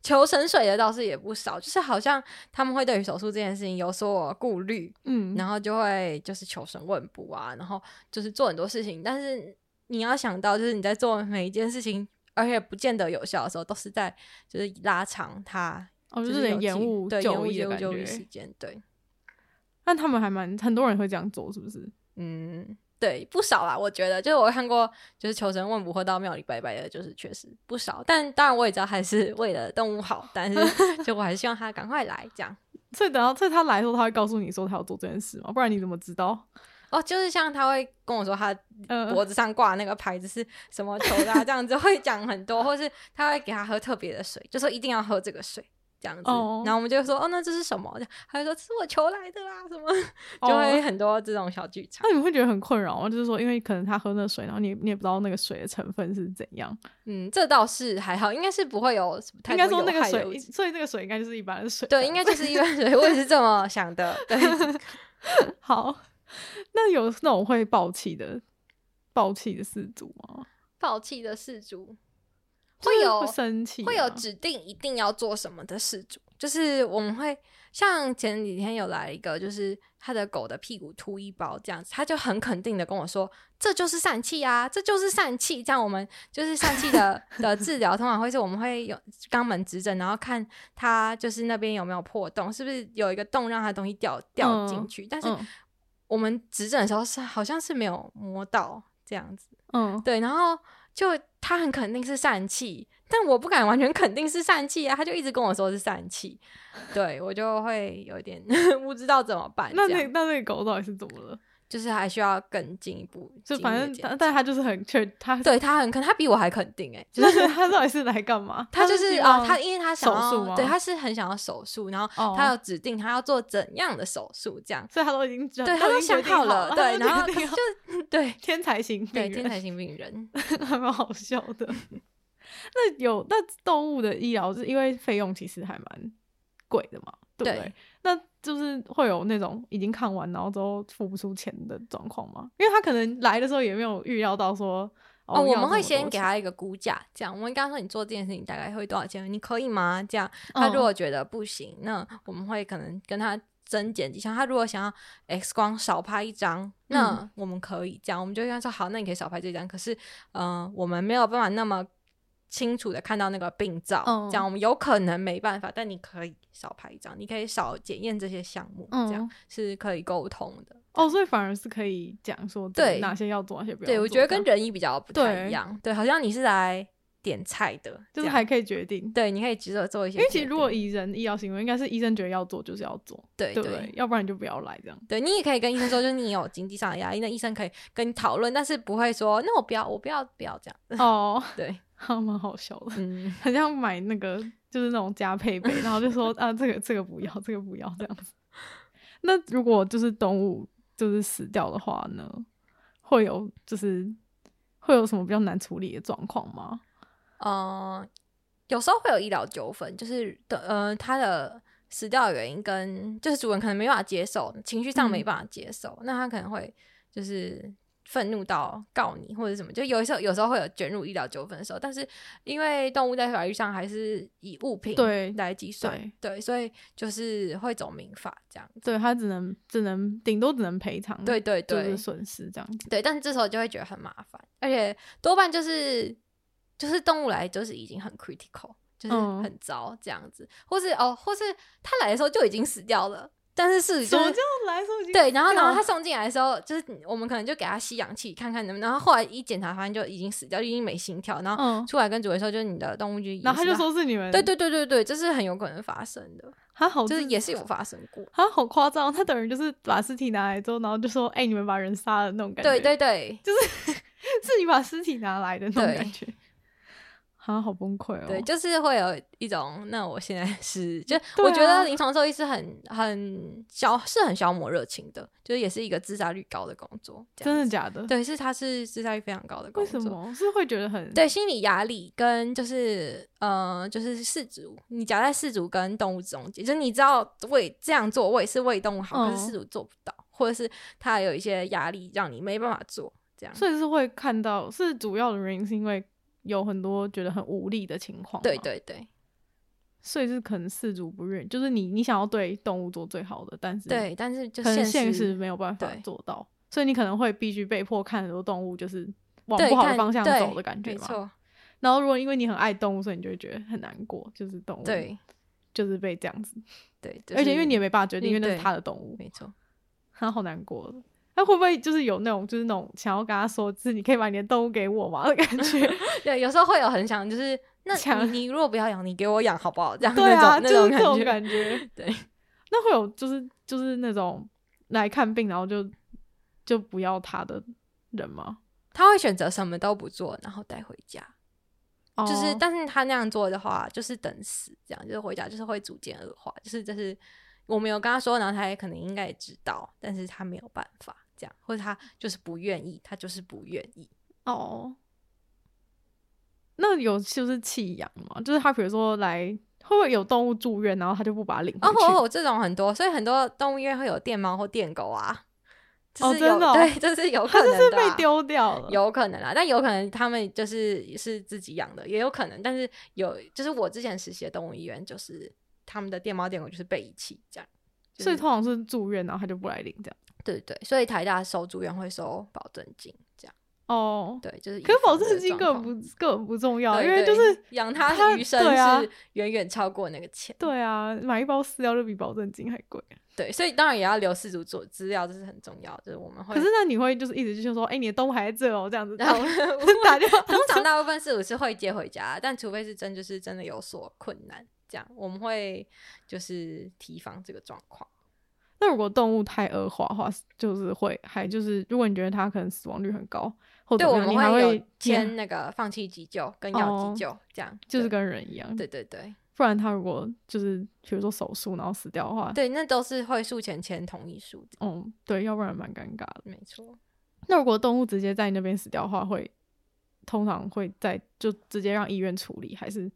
B: 求神水的倒是也不少，就是好像他们会对于手术这件事情有所顾虑，
A: 嗯，
B: 然后就会就是求神问卜啊，然后就是做很多事情，但是你要想到，就是你在做每一件事情，而且不见得有效的时候，都是在就是拉长它，
A: 哦，就
B: 就是
A: 有
B: 有
A: 点延
B: 机
A: 误
B: 对延
A: 就
B: 误
A: 医的
B: 就
A: 感
B: 就医时
A: 觉。
B: 间，对。
A: 但他们还蛮很多人会这样做，是不是？
B: 嗯，对，不少啦，我觉得，就是我看过，就是求神问卜或到庙里拜拜的，就是确实不少。但当然我也知道，还是为了动物好，但是就我还是希望它赶快来这样。
A: 所以等到所以他来的时候，他会告诉你说他要做这件事吗？不然你怎么知道？
B: 哦，就是像他会跟我说，他
A: 呃，
B: 脖子上挂那个牌子是什么球 的、啊，这样子会讲很多，或是他会给他喝特别的水，就说一定要喝这个水这样子。
A: 哦
B: 然后我们就说，哦，那这是什么？ 他就说这是我求来的啦，什么
A: 哦
B: 就会很多这种小剧场。
A: 那你们会觉得很困扰吗？就是说，因为可能他喝那水，然后你也你也不知道那个水的成分是怎样。
B: 嗯，这倒是还好，应该是不会有什么太
A: 应
B: 多
A: 该说
B: 有
A: 那个
B: 害的物
A: 水，
B: 质
A: 所以那个水应该就是一般的水啊这样
B: 对，
A: 子。
B: 应该就是一般水，我也是这么想的。对，
A: 好。那有那种会爆气的、爆气的氏族吗？
B: 暴气的事主
A: 就
B: 会
A: 是
B: 有
A: 会生气啊，
B: 会有指定一定要做什么的事主，就是我们会像前几天有来一个，就是他的狗的屁股凸一包这样子，他就很肯定的跟我说，这就是疝气啊，这就是疝气。这样我们就是疝气 的的治疗，通常会是我们会有肛门指诊，然后看他就是那边有没有破洞，是不是有一个洞让他的东西掉掉进去，但是
A: 嗯
B: 我们指诊的时候是好像是没有摸到这样子，
A: 嗯，
B: 对，然后就他很肯定是疝气，但我不敢完全肯定是疝气啊，他就一直跟我说是疝气，对我就会有点 不知道怎么办
A: 那
B: 这
A: 那
B: 样。
A: 那那个狗到底是怎么了？
B: 就是还需要更进一步经
A: 就
B: 历的
A: 反正
B: 检
A: 但
B: 查
A: 但他就是很确他，
B: 对他很肯，他比我还肯定哎、就
A: 那
B: 是
A: 是 他到底是来干嘛？
B: 他就是
A: 希
B: 啊、
A: 望
B: 他因为他想
A: 手术
B: 要
A: 吗
B: 对，他是很想要手术，然后
A: 哦
B: 他有指定他要做怎样的手术这样，
A: 所以他都已经知道
B: 对他
A: 都
B: 都
A: 已经
B: 想
A: 决定
B: 好
A: 好
B: 了，
A: 他
B: 对，
A: 都
B: 然后
A: 决定
B: 可是
A: 好
B: 就 对
A: 天才型病
B: 对
A: 人，
B: 天才型病人，
A: 还蛮好笑的。那有那动物的医疗，是因为费用其实还蛮贵的嘛，对不对？
B: 对
A: 那就是会有那种已经看完，然后之后付不出钱的状况吗？因为他可能来的时候也没有预料到说
B: 哦，我
A: 要
B: 们
A: 这么
B: 会
A: 多
B: 先给
A: 钱
B: 他一个估价，这样我们跟他说你做这件事情大概会多少钱，你可以吗？这样他如
A: 嗯
B: 果觉得不行，那我们会可能跟他增减几项。他如果想要 X 光少拍一张，
A: 嗯
B: 那我们可以这样，我们就跟他说好，那你可以少拍这张，可是嗯、呃我们没有办法那么。清楚的看到那个病灶，
A: 嗯
B: 这样我们有可能没办法，但你可以少拍一张，你可以少检验这些项目，这样
A: 嗯
B: 是可以沟通的。
A: 哦，所以反而是可以讲说
B: 对
A: 哪些要做，哪些不要做。
B: 对，我觉得跟
A: 这样
B: 人医比较不太
A: 对
B: 一样。对，好像你是来点菜的，
A: 就
B: 这
A: 是
B: 样
A: 还可以决定。
B: 对，你可以直着做一些决
A: 因为
B: 定。
A: 其实如果以人医疗行为，应该是医生觉得要做就是要做，
B: 对
A: 对
B: 对
A: 不对？要不然你就不要来这 样。
B: 对你也可以跟医生说，就是你有经济上的压力，那医生可以跟你讨论，但是不会说那我不要，我不要，不要这样。
A: 哦，
B: 对，
A: 还蛮好笑的。
B: 嗯，
A: 很像买那个就是那种加配备，然后就说啊，这个这个不要，这个不要这样子。那如果就是动物就是死掉的话呢，会有就是会有什么比较难处理的状况吗？
B: 呃，有时候会有医疗纠纷，就是的，呃，他的死掉的原因跟就是主人可能没办法接受，情绪上没
A: 嗯
B: 办法接受，那他可能会就是愤怒到告你或者什么，就有时候有时候会有卷入医疗纠纷的时候，但是因为动物在法律上还是以物品
A: 对
B: 来计算，
A: 对
B: 对，所以就是会走民法这样子，
A: 对，它只能只能顶多只能赔偿，
B: 对，对
A: 就
B: 对，
A: 是损失这样子。
B: 对，但是这时候就会觉得很麻烦，而且多半就是就是动物来就是已经很 critical，就是
A: 嗯
B: 很糟这样子，或是哦，或是它来的时候就已经死掉了，但是是
A: 什
B: 就
A: 么
B: 是
A: 叫来说已经
B: 对，然后然后
A: 掉
B: 它送进来的时候，就是我们可能就给它吸氧气看看能不能，然后后来一检查发现就已经死掉，就已经没心跳，然后
A: 嗯，
B: 出来跟主人说就是你的动物就已经
A: 然后他
B: 死
A: 就
B: 掉。
A: 说是哦你们
B: 对对对对对，这是很有可能发生的，
A: 他好
B: 就是
A: 自
B: 也是有发生过。
A: 他好夸张，他等于就是把尸体拿来之后，然后就说哎、你们把人杀了那种感觉，
B: 对对对，
A: 是你把尸体拿来的那种
B: 对
A: 感觉， 啊，好崩溃哦！
B: 对，就是会有一种，那我现在 是，就
A: 对
B: 我觉
A: 啊
B: 得临床兽医是很很消，是很消磨热情的，就是也是一个自杀率高的工作，这样
A: 真的
B: 子
A: 假的？，
B: 对，是它是自杀率非常高的工
A: 为
B: 作。
A: 什？么是会觉得很？
B: 对，心理压力跟就是呃，就是氏族，你夹在氏族跟动物中间，就是你知道为这样做，我也是为动物好，可
A: 嗯
B: 是氏族做不到，或者是它有一些压力让你没办法做，这样。
A: 所以是会看到，是主要的原因是因为有很多觉得很无力的情况。
B: 对，对对
A: 嗯所以是可能事主不愿，就是你你想要对动物做最好的，但是
B: 对，但是就
A: 可能
B: 现
A: 现实没有办法
B: 对
A: 做到，所以你可能会必须被迫看很多动物就是往
B: 对
A: 不好的
B: 看
A: 方向
B: 对
A: 走的感觉
B: 没
A: 嘛。
B: 错，
A: 然后如果因为你很爱动物，所以你就会觉得很难过，就是动物
B: 对。
A: 就是被这样子，
B: 对，
A: 而且因为你也
B: 们
A: 没办法决定，因为
B: 嗯
A: 那是
B: 对
A: 他的动物。
B: 没错，
A: 他好难过。哦他会不会就是有那种就是那种想要跟他说，就是你可以把你的动物给我吗的 感 觉？
B: 对，有时候会有很想就是，那
A: 抢
B: 你你如果不要养，你给我养好不好？这样
A: 对啊，
B: 那
A: 就
B: 种
A: 是
B: 那
A: 这种
B: 种
A: 感
B: 觉，
A: 觉。
B: 对，
A: 那会有就是就是那种来看病，然后就就不要他的人吗？
B: 他会选择什么都不做，然后带回家。就是
A: 哦，
B: 但是他那样做的话，就是等死，这样就是回家就是会逐渐恶化，就是就是我没有跟他说，然后他也可能应该也知道，但是他没有办法这样，或者他就是不愿意，他就是不愿意。
A: 哦，那有就是弃养吗？就是他比如说来，会不会有动物住院，然后他就不把它领回
B: 哦，
A: 去？
B: 哦这种很多，所以很多动物医院会有电猫或电狗啊，
A: 哦
B: 就是
A: 真
B: 有、
A: 的哦
B: 对，这是有
A: 他
B: 可
A: 就
B: 能
A: 是
B: 的
A: 被
B: 啊
A: 丢掉了。
B: 有可能啦，但有可能他们就是是自己养的，也有可能。但是有，就是我之前实习的动物医院，就是他们的电猫电狗就是被遗弃这样。就
A: 所以
B: 是
A: 通常是住院，然后他就不来领这样。
B: 对对，所以台大收住院会收保证金，这样
A: 哦，
B: 对，就是以
A: 可是保
B: 防这
A: 证
B: 个
A: 金根
B: 状
A: 本不
B: 况
A: 根本不重要，
B: 对
A: 因为就
B: 对
A: 是
B: 养它
A: 它
B: 的余生
A: 对啊
B: 是远远超过那个钱。
A: 对啊，买一包饲料就比保证金还贵。
B: 对，所以当然也要留氏族做资料，这是很重要。就是我们会，
A: 可是那你会就是一直就说，哎、你的动物还在这哦，这 样子打
B: 然后我们
A: 打电话。
B: 通常大部分事主是会接回家，但除非是真就是真的有所困难，这样我们会就是提防这个状况。
A: 那如果动物太恶化的话，就是会还就是，如果你觉得它可能死亡率很高，或者
B: 对，
A: 怎
B: 我
A: 么样
B: 们
A: 你还
B: 有
A: 会哦
B: 签那个放弃急救跟要急救，这样
A: 就是
B: 对
A: 跟人一样。
B: 对对对
A: 不然它如果就是比如说手术然后死掉的话，
B: 对，那都是会术前签同意书的，
A: 嗯，对，要不然蛮尴尬的。
B: 没错。
A: 那如果动物直接在你那边死掉的话，会通常会在就直接让医院处理，还是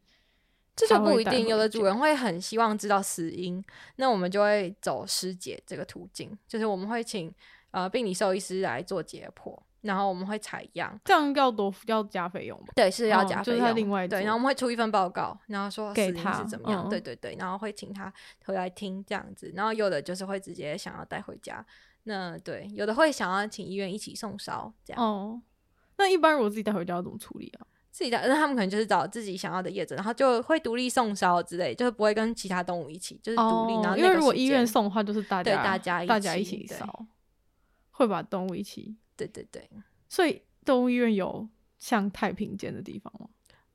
B: 这就
A: 它会
B: 不一
A: 带
B: 定，
A: 回
B: 有的
A: 家
B: 主人会很希望知道死因，那我们就会走尸检这个途径，就是我们会请呃病理兽医师来做解剖，然后我们会采样，
A: 这样要多要加费用吧？
B: 对，是要
A: 嗯
B: 加
A: 就是
B: 费
A: 他
B: 用
A: 另外
B: 对，
A: 做
B: 然后我们会出一份报告，然后说
A: 给
B: 死因
A: 他
B: 是怎么
A: 嗯
B: 样，对对对，然后会请他回来听这样子，然后有的就是会直接想要带回家，那对，有的会想要请医院一起送烧这样，
A: 哦，那一般如果自己带回家要怎么处理啊？
B: 自己的，那他们可能就是找自己想要的业者，然后就会独立送烧之类，就是不会跟其他动物一起，就是独立，然后
A: 哦，
B: 那
A: 因为
B: 个
A: 如果
B: 时
A: 医
B: 间
A: 院送的话，就是大
B: 对
A: 家
B: 大家一
A: 大家一
B: 起
A: 起
B: 对
A: 烧，会把动物一起，
B: 对对对，
A: 所以动物医院有像太平间的地方吗？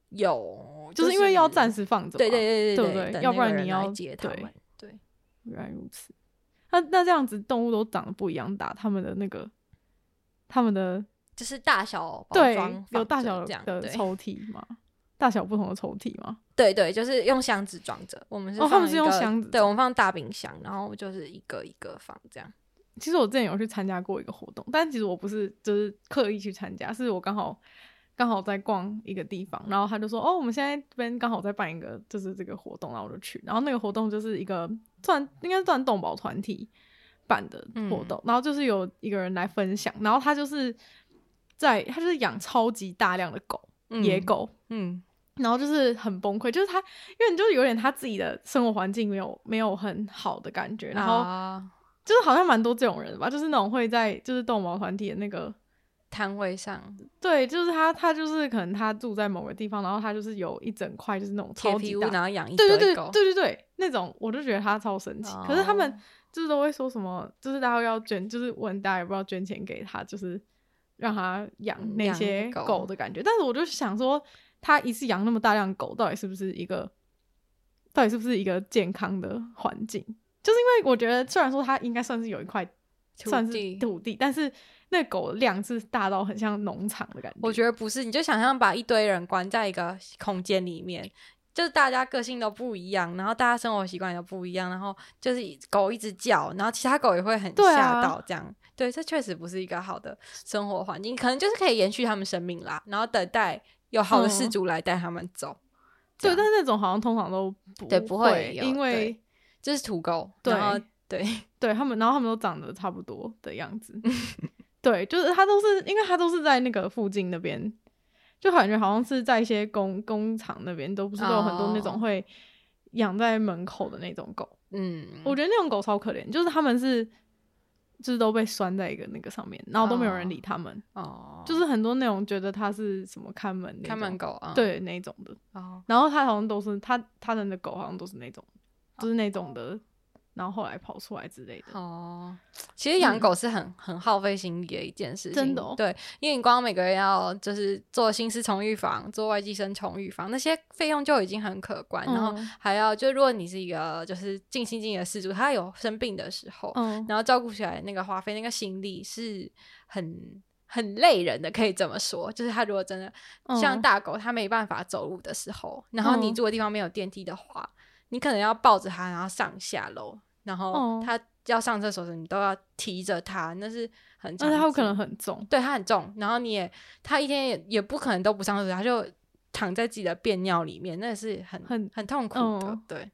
B: 有，
A: 就是因为要暂，时放着嘛，
B: 对对对
A: 对不
B: 对，
A: 对
B: 等
A: 要
B: 那
A: 不
B: 个
A: 然
B: 人
A: 你
B: 来
A: 要
B: 接他
A: 对
B: 们，对，
A: 原来如此。那那这样子，动物都长得不一样大，它们的那个，它们的
B: 就是大小包
A: 对
B: 装
A: 有
B: 放
A: 大
B: 着
A: 小
B: 这样
A: 的
B: 对
A: 抽屉吗？大小不同的抽屉吗？
B: 对对，就是用箱子装着。我们是
A: 哦他们
B: 放
A: 是
B: 一
A: 用
B: 个
A: 箱子
B: 对，
A: 装
B: 我们放大冰箱，然后就是一个一个放这样。
A: 其实我之前有去参加过一个活动，但其实我不是就是刻意去参加，是我刚好刚好在逛一个地方，然后他就说哦，我们现在这边刚好在办一个就是这个活动，然后我就去，然后那个活动就是一个算应该算动保团体办的活
B: 嗯
A: 动，然后就是有一个人来分享，然后他就是在他就是养超级大量的狗，野
B: 嗯，
A: 狗，
B: 嗯，
A: 然后就是很崩溃，就是他，因为你就是有点他自己的生活环境没有没有很好的感觉，然后
B: 啊
A: 就是好像蛮多这种人的吧，就是那种会在就是动毛团体的那个，
B: 摊位上
A: 对，就是他他就是可能他住在某个地方，然后他就是有一整块就是那种
B: 铁
A: 超
B: 皮
A: 级
B: 屋，
A: 大，
B: 然后养一
A: 对对
B: 堆
A: 对
B: 狗哦
A: 对。对对，那种我就觉得他超神奇。可是他们就是都会说什么，就是大家要捐，就是问大家要不要捐钱给他，就是让他养
B: 嗯
A: 那
B: 养
A: 些
B: 狗
A: 狗的感觉。但是我就想说，他一次养那么大量狗，到底是不是一个，到底是不是一个健康的环境？就是因为我觉得，虽然说他应该算是有一块
B: 土
A: 算是
B: 地
A: 土地，但是那狗量是大到很像农场的感觉。
B: 我觉得不是，你就想象把一堆人关在一个空间里面，就是大家个性都不一样，然后大家生活习惯也不一样，然后就是狗一直叫，然后其他狗也会很
A: 对啊
B: 吓到这样。对，这确实不是一个好的生活环境，可能就是可以延续他们生命啦，然后等待有好的事
A: 嗯
B: 主来带他们走。
A: 对，
B: 这样
A: 但是那种好像通常都不
B: 对不
A: 不
B: 会有
A: 因为
B: 对这是土狗，
A: 对
B: 然后对，
A: 对他们，然后他们都长得差不多的样 子。对，就是他都是，因为他都是在那个附近那边，就感觉好像是在一些工工厂那边，都不是都有很多那
B: 哦
A: 种会养在门口的那种狗。
B: 嗯，
A: 我觉得那种狗超可怜，就是他们是就是都被拴在一个那个上面，然后都没有人理他们，
B: 哦，
A: 就是很多那种觉得它是什么看门那种
B: 看门狗啊，，
A: 对那种的，
B: 哦，
A: 然后他好像都是他他的那狗好像都是那种，就是那种的，然后后来跑出来之类的。
B: 哦，其实养
A: 嗯
B: 狗是很、很耗费心力的一件事情，
A: 真的哦
B: 对，因为你光每个月要就是做心丝虫预防、做外寄生虫预防，那些费用就已经很可观，然后
A: 嗯
B: 还要就如果你是一个就是尽心尽力的事主，他有生病的时候，
A: 嗯，
B: 然后照顾起来那个花费那个心力是很。很累人的，可以这么说，就是他如果真的像
A: 嗯
B: 大狗，它没办法走路的时候，然后你
A: 嗯
B: 住的地方没有电梯的话，你可能要抱着它，然后上下楼，然后
A: 哦
B: 它要上厕所时，你都要提着它，那是很
A: 而
B: 长期，
A: 且它有可能很重，
B: 对它很重，然后你也它一天也也不可能都不上厕所，它就躺在自己的便尿里面，那是很
A: 很
B: 很痛苦的，
A: 嗯
B: 对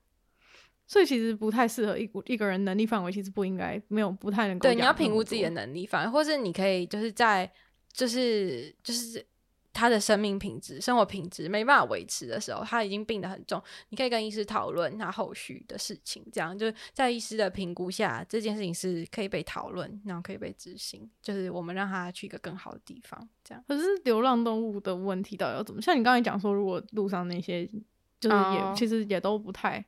A: 所以其实不太适合一股一个人能力范围，其实不应该没有不太能够
B: 对，
A: 养
B: 你
A: 那么多。
B: 要评估自己的能力，反而或是你可以就是在就是就是他的生命品质、生活品质没办法维持的时候，他已经病得很重，你可以跟医师讨论他后续的事情，这样就是在医师的评估下，这件事情是可以被讨论，然后可以被执行，就是我们让他去一个更好的地方，这样。
A: 可是流浪动物的问题到底要怎么？像你刚才讲说，如果路上那些就是也、
B: 哦
A: 其实也都不太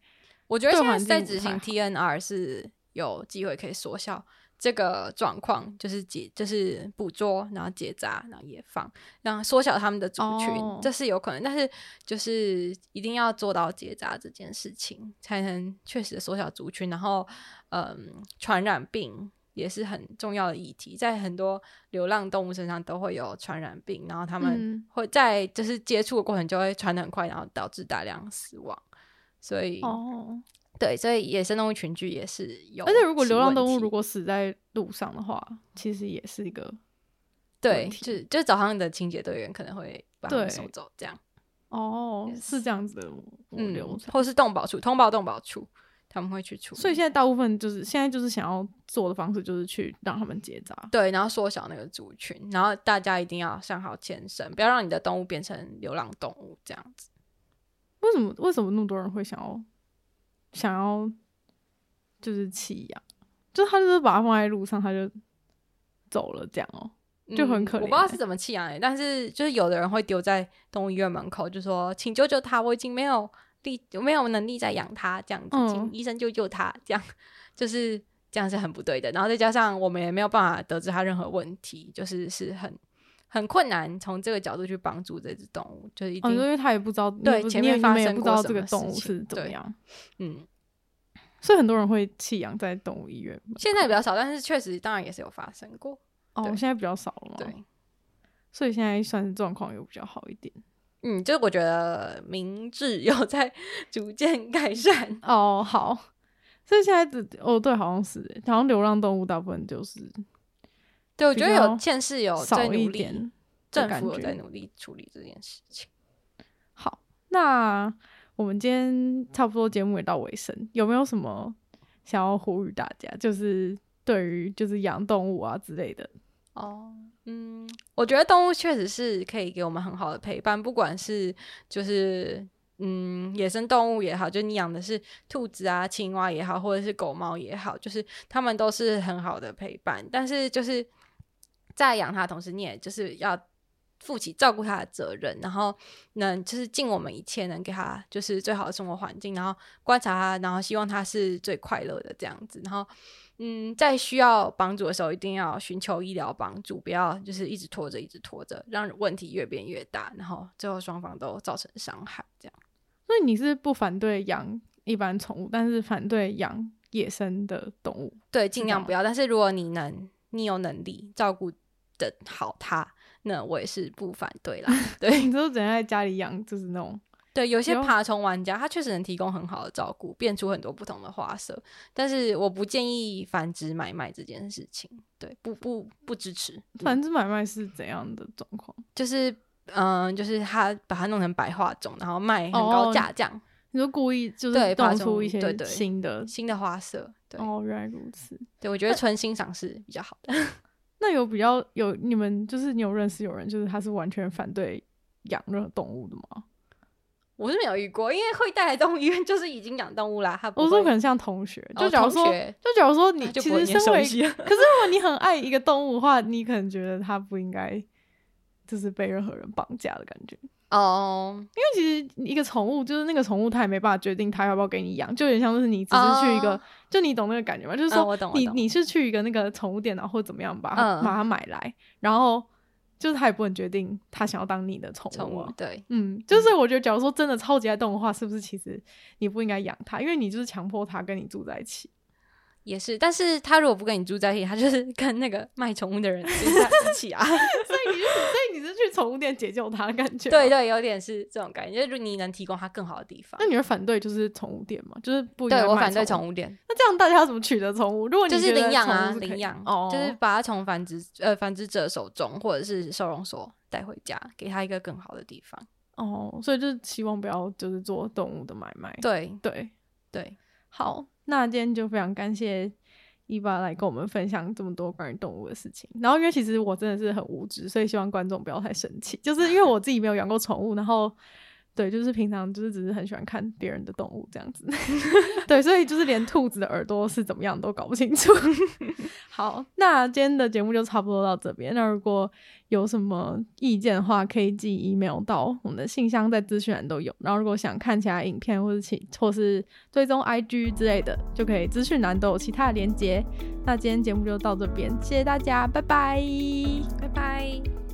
B: 我觉得
A: 对
B: 现在
A: 环
B: 在
A: 境不
B: 执行
A: 太
B: TNR 是有机会可以缩小这个状况，就是解就是捕捉，然后结扎，然后野放，让缩小他们的族群，
A: 哦
B: 这是有可能，但是就是一定要做到结扎这件事情，才能确实的缩小族群，然后嗯，传染病。也是很重要的议题，在很多流浪动物身上都会有传染病，然后他们
A: 嗯
B: 会在就是接触的过程就会传得很快，然后导致大量死亡。所以，
A: 哦，
B: 对，所以野生动物群聚也是有
A: 而
B: 其问题。
A: 且如果流浪动物如果死在路上的话，其实也是一个
B: 对，
A: 问题
B: 就是就是早上的清洁队员可能会把它们
A: 对
B: 收走，这样，
A: 哦
B: Yes
A: 是这样子的物流、
B: 嗯，或是动保处通报动保处，他们会去处理。
A: 所以现在大部分就是现在就是想要做的方式就是去让他们结扎。
B: 对，然后缩小那个族群，然后大家一定要上好牵绳，不要让你的动物变成流浪动物这样子。
A: 为什么为什么那么多人会想要想要就是弃养？就他就是把它放在路上，他就走了这样哦、就很可
B: 嗯我
A: 怜
B: 不知道
A: 欸
B: 是怎么弃养的，但是就是有的人会丢在动物医院门口，就说请救救他，我已经没有力，没有能力再养他，这样子，
A: 嗯
B: 请医生救救他，这样就是这样是很不对的。然后再加上我们也没有办法得知他任何问题，就是是很很困难从这个角度去帮助这只动物，就是一
A: 哦，
B: 定、
A: 因为他也不知道，你
B: 对
A: 也不
B: 前
A: 你也
B: 面发
A: 你们也
B: 生
A: 不知
B: 过
A: 道
B: 什
A: 这个
B: 么
A: 动
B: 事
A: 物
B: 情
A: 是怎么
B: 对
A: 样，
B: 嗯。
A: 所以很多人会弃养在动物医院吗。
B: 现在比较少，但是确实当然也是有发生过。
A: 哦，
B: 对
A: 现在比较少了嘛，
B: 对，，
A: 所以现在算是状况又比较好一点。
B: 嗯，就是我觉得明智有在 逐渐改善。
A: 哦，好，所以现在的哦，对，好像是耶，好像流浪动物大部分就是
B: 对，我觉得
A: 比较
B: 有县市有
A: 少
B: 在
A: 一
B: 哦努力，
A: 点。
B: 政
A: 感
B: 府有
A: 觉
B: 在努力处理这件事情。
A: 好，那我们今天差不多节目也到尾声，有没有什么想要呼吁大家？就是对于就是养动物啊之类的，
B: 哦，嗯，我觉得动物确实是可以给我们很好的陪伴，不管是就是嗯野生动物也好，就你养的是兔子啊、青蛙也好，或者是狗猫也好，就是它们都是很好的陪伴。但是就是在养它的同时，你也就是要负起照顾它的责任，然后能就是尽我们一切能给它就是最好的生活环境，然后观察它，然后希望它是最快乐的这样子，然后。嗯，在需要帮助的时候，一定要寻求医疗帮助，不要就是一直拖着，一直拖着，让问题越变越大，然后最后双方都造成伤害。这样，
A: 所以你是不反对养一般宠物，但是反对养野生的动物。
B: 对，尽量
A: 吗
B: 不要。但是如果你能，你有能力照顾的好它，那我也是不反对啦。对
A: 你都只能在家里养，就是那种
B: 对，有些
A: 有
B: 爬虫玩家他确实能提供很好的照顾，变出很多不同的花色，但是我不建议繁殖买卖这件事情，对，不不不支持。嗯
A: 繁殖买卖是怎样的状况？
B: 就是嗯，就是他把它弄成白化种，然后卖很高
A: 哦
B: 价这样，
A: 你就故意就
B: 对
A: 是
B: 爬
A: 弄
B: 虫
A: 出一些
B: 对对
A: 新的
B: 新的花色。对，
A: 哦，原来如此。
B: 对我觉得纯欣赏是比较好的。
A: 那有比较有你们就是你有认识有人就是他是完全反对养任何动物的吗？
B: 我是没有遇过，因为会带来动物医院就是已经养动物啦，他不
A: 我说
B: 会
A: 可能像同学，
B: 哦
A: 就假如说，
B: 同学
A: 就假如说
B: 他
A: 你
B: 就
A: 其
B: 不会
A: 实
B: 念
A: 身为，
B: 兽 医
A: 可是如果你很爱一个动物的话，你可能觉得它不应该就是被任何人绑架的感觉，因
B: 哦，
A: 为其实一个宠物就是那个宠物，它也没办法决定它要不要给你养，就有点像是你只是去一个，
B: 哦
A: 就你懂那个感觉吗？就是
B: 嗯
A: 说
B: 我懂我
A: 你
B: 懂
A: 你是去一个那个宠物店，然后怎么样把它、
B: 嗯
A: 把它买来，然后就是它也不能决定它想要当你的宠
B: 宠
A: 物啊
B: 物对，
A: 嗯，就是我觉得，假如说真的超级爱动的话，是不是其实你不应该养它，因为你就是强迫它跟你住在一起。
B: 也是。但是他如果不跟你住在一起，他就是 跟那个卖宠物的人住在一起 啊。
A: 所以你就是，所以你是去宠物店解救它的感觉。
B: 对，对，有点是这种感觉，就是如果你能提供他更好的地方
A: 那。你会反对就是宠物店吗？就是不应该
B: 对我
A: 卖
B: 反对
A: 宠物。
B: 宠物店，
A: 那这样大家要怎么取得宠物？如果你
B: 就是
A: 觉得
B: 领养啊
A: 宠，物是可以
B: 领养，
A: 哦，
B: 就是把它从繁殖呃繁殖者手中或者是收容所带回家，给他一个更好的地方。
A: 哦，所以就是希望不要就是做动物的买卖。
B: 对
A: 对，
B: 对，
A: 好，那今天就非常感谢伊爸来跟我们分享这么多关于动物的事情。然后，因为其实我真的是很无知，所以希望观众不要太生气，就是因为我自己没有养过宠物，然后对，就是平常就是只是很喜欢看别人的动物这样子， 对，所以就是连兔子的耳朵是怎么样都搞不清楚。好，那今天的节目就差不多到这边。那如果有什么意见的话，可以寄 email 到我们的信箱，在资讯栏都有。然后如果想看其他影片或者其或是追踪 IG 之类的，就可以资讯栏都有其他的连接。那今天节目就到这边，谢谢大家，拜拜。
B: 拜拜。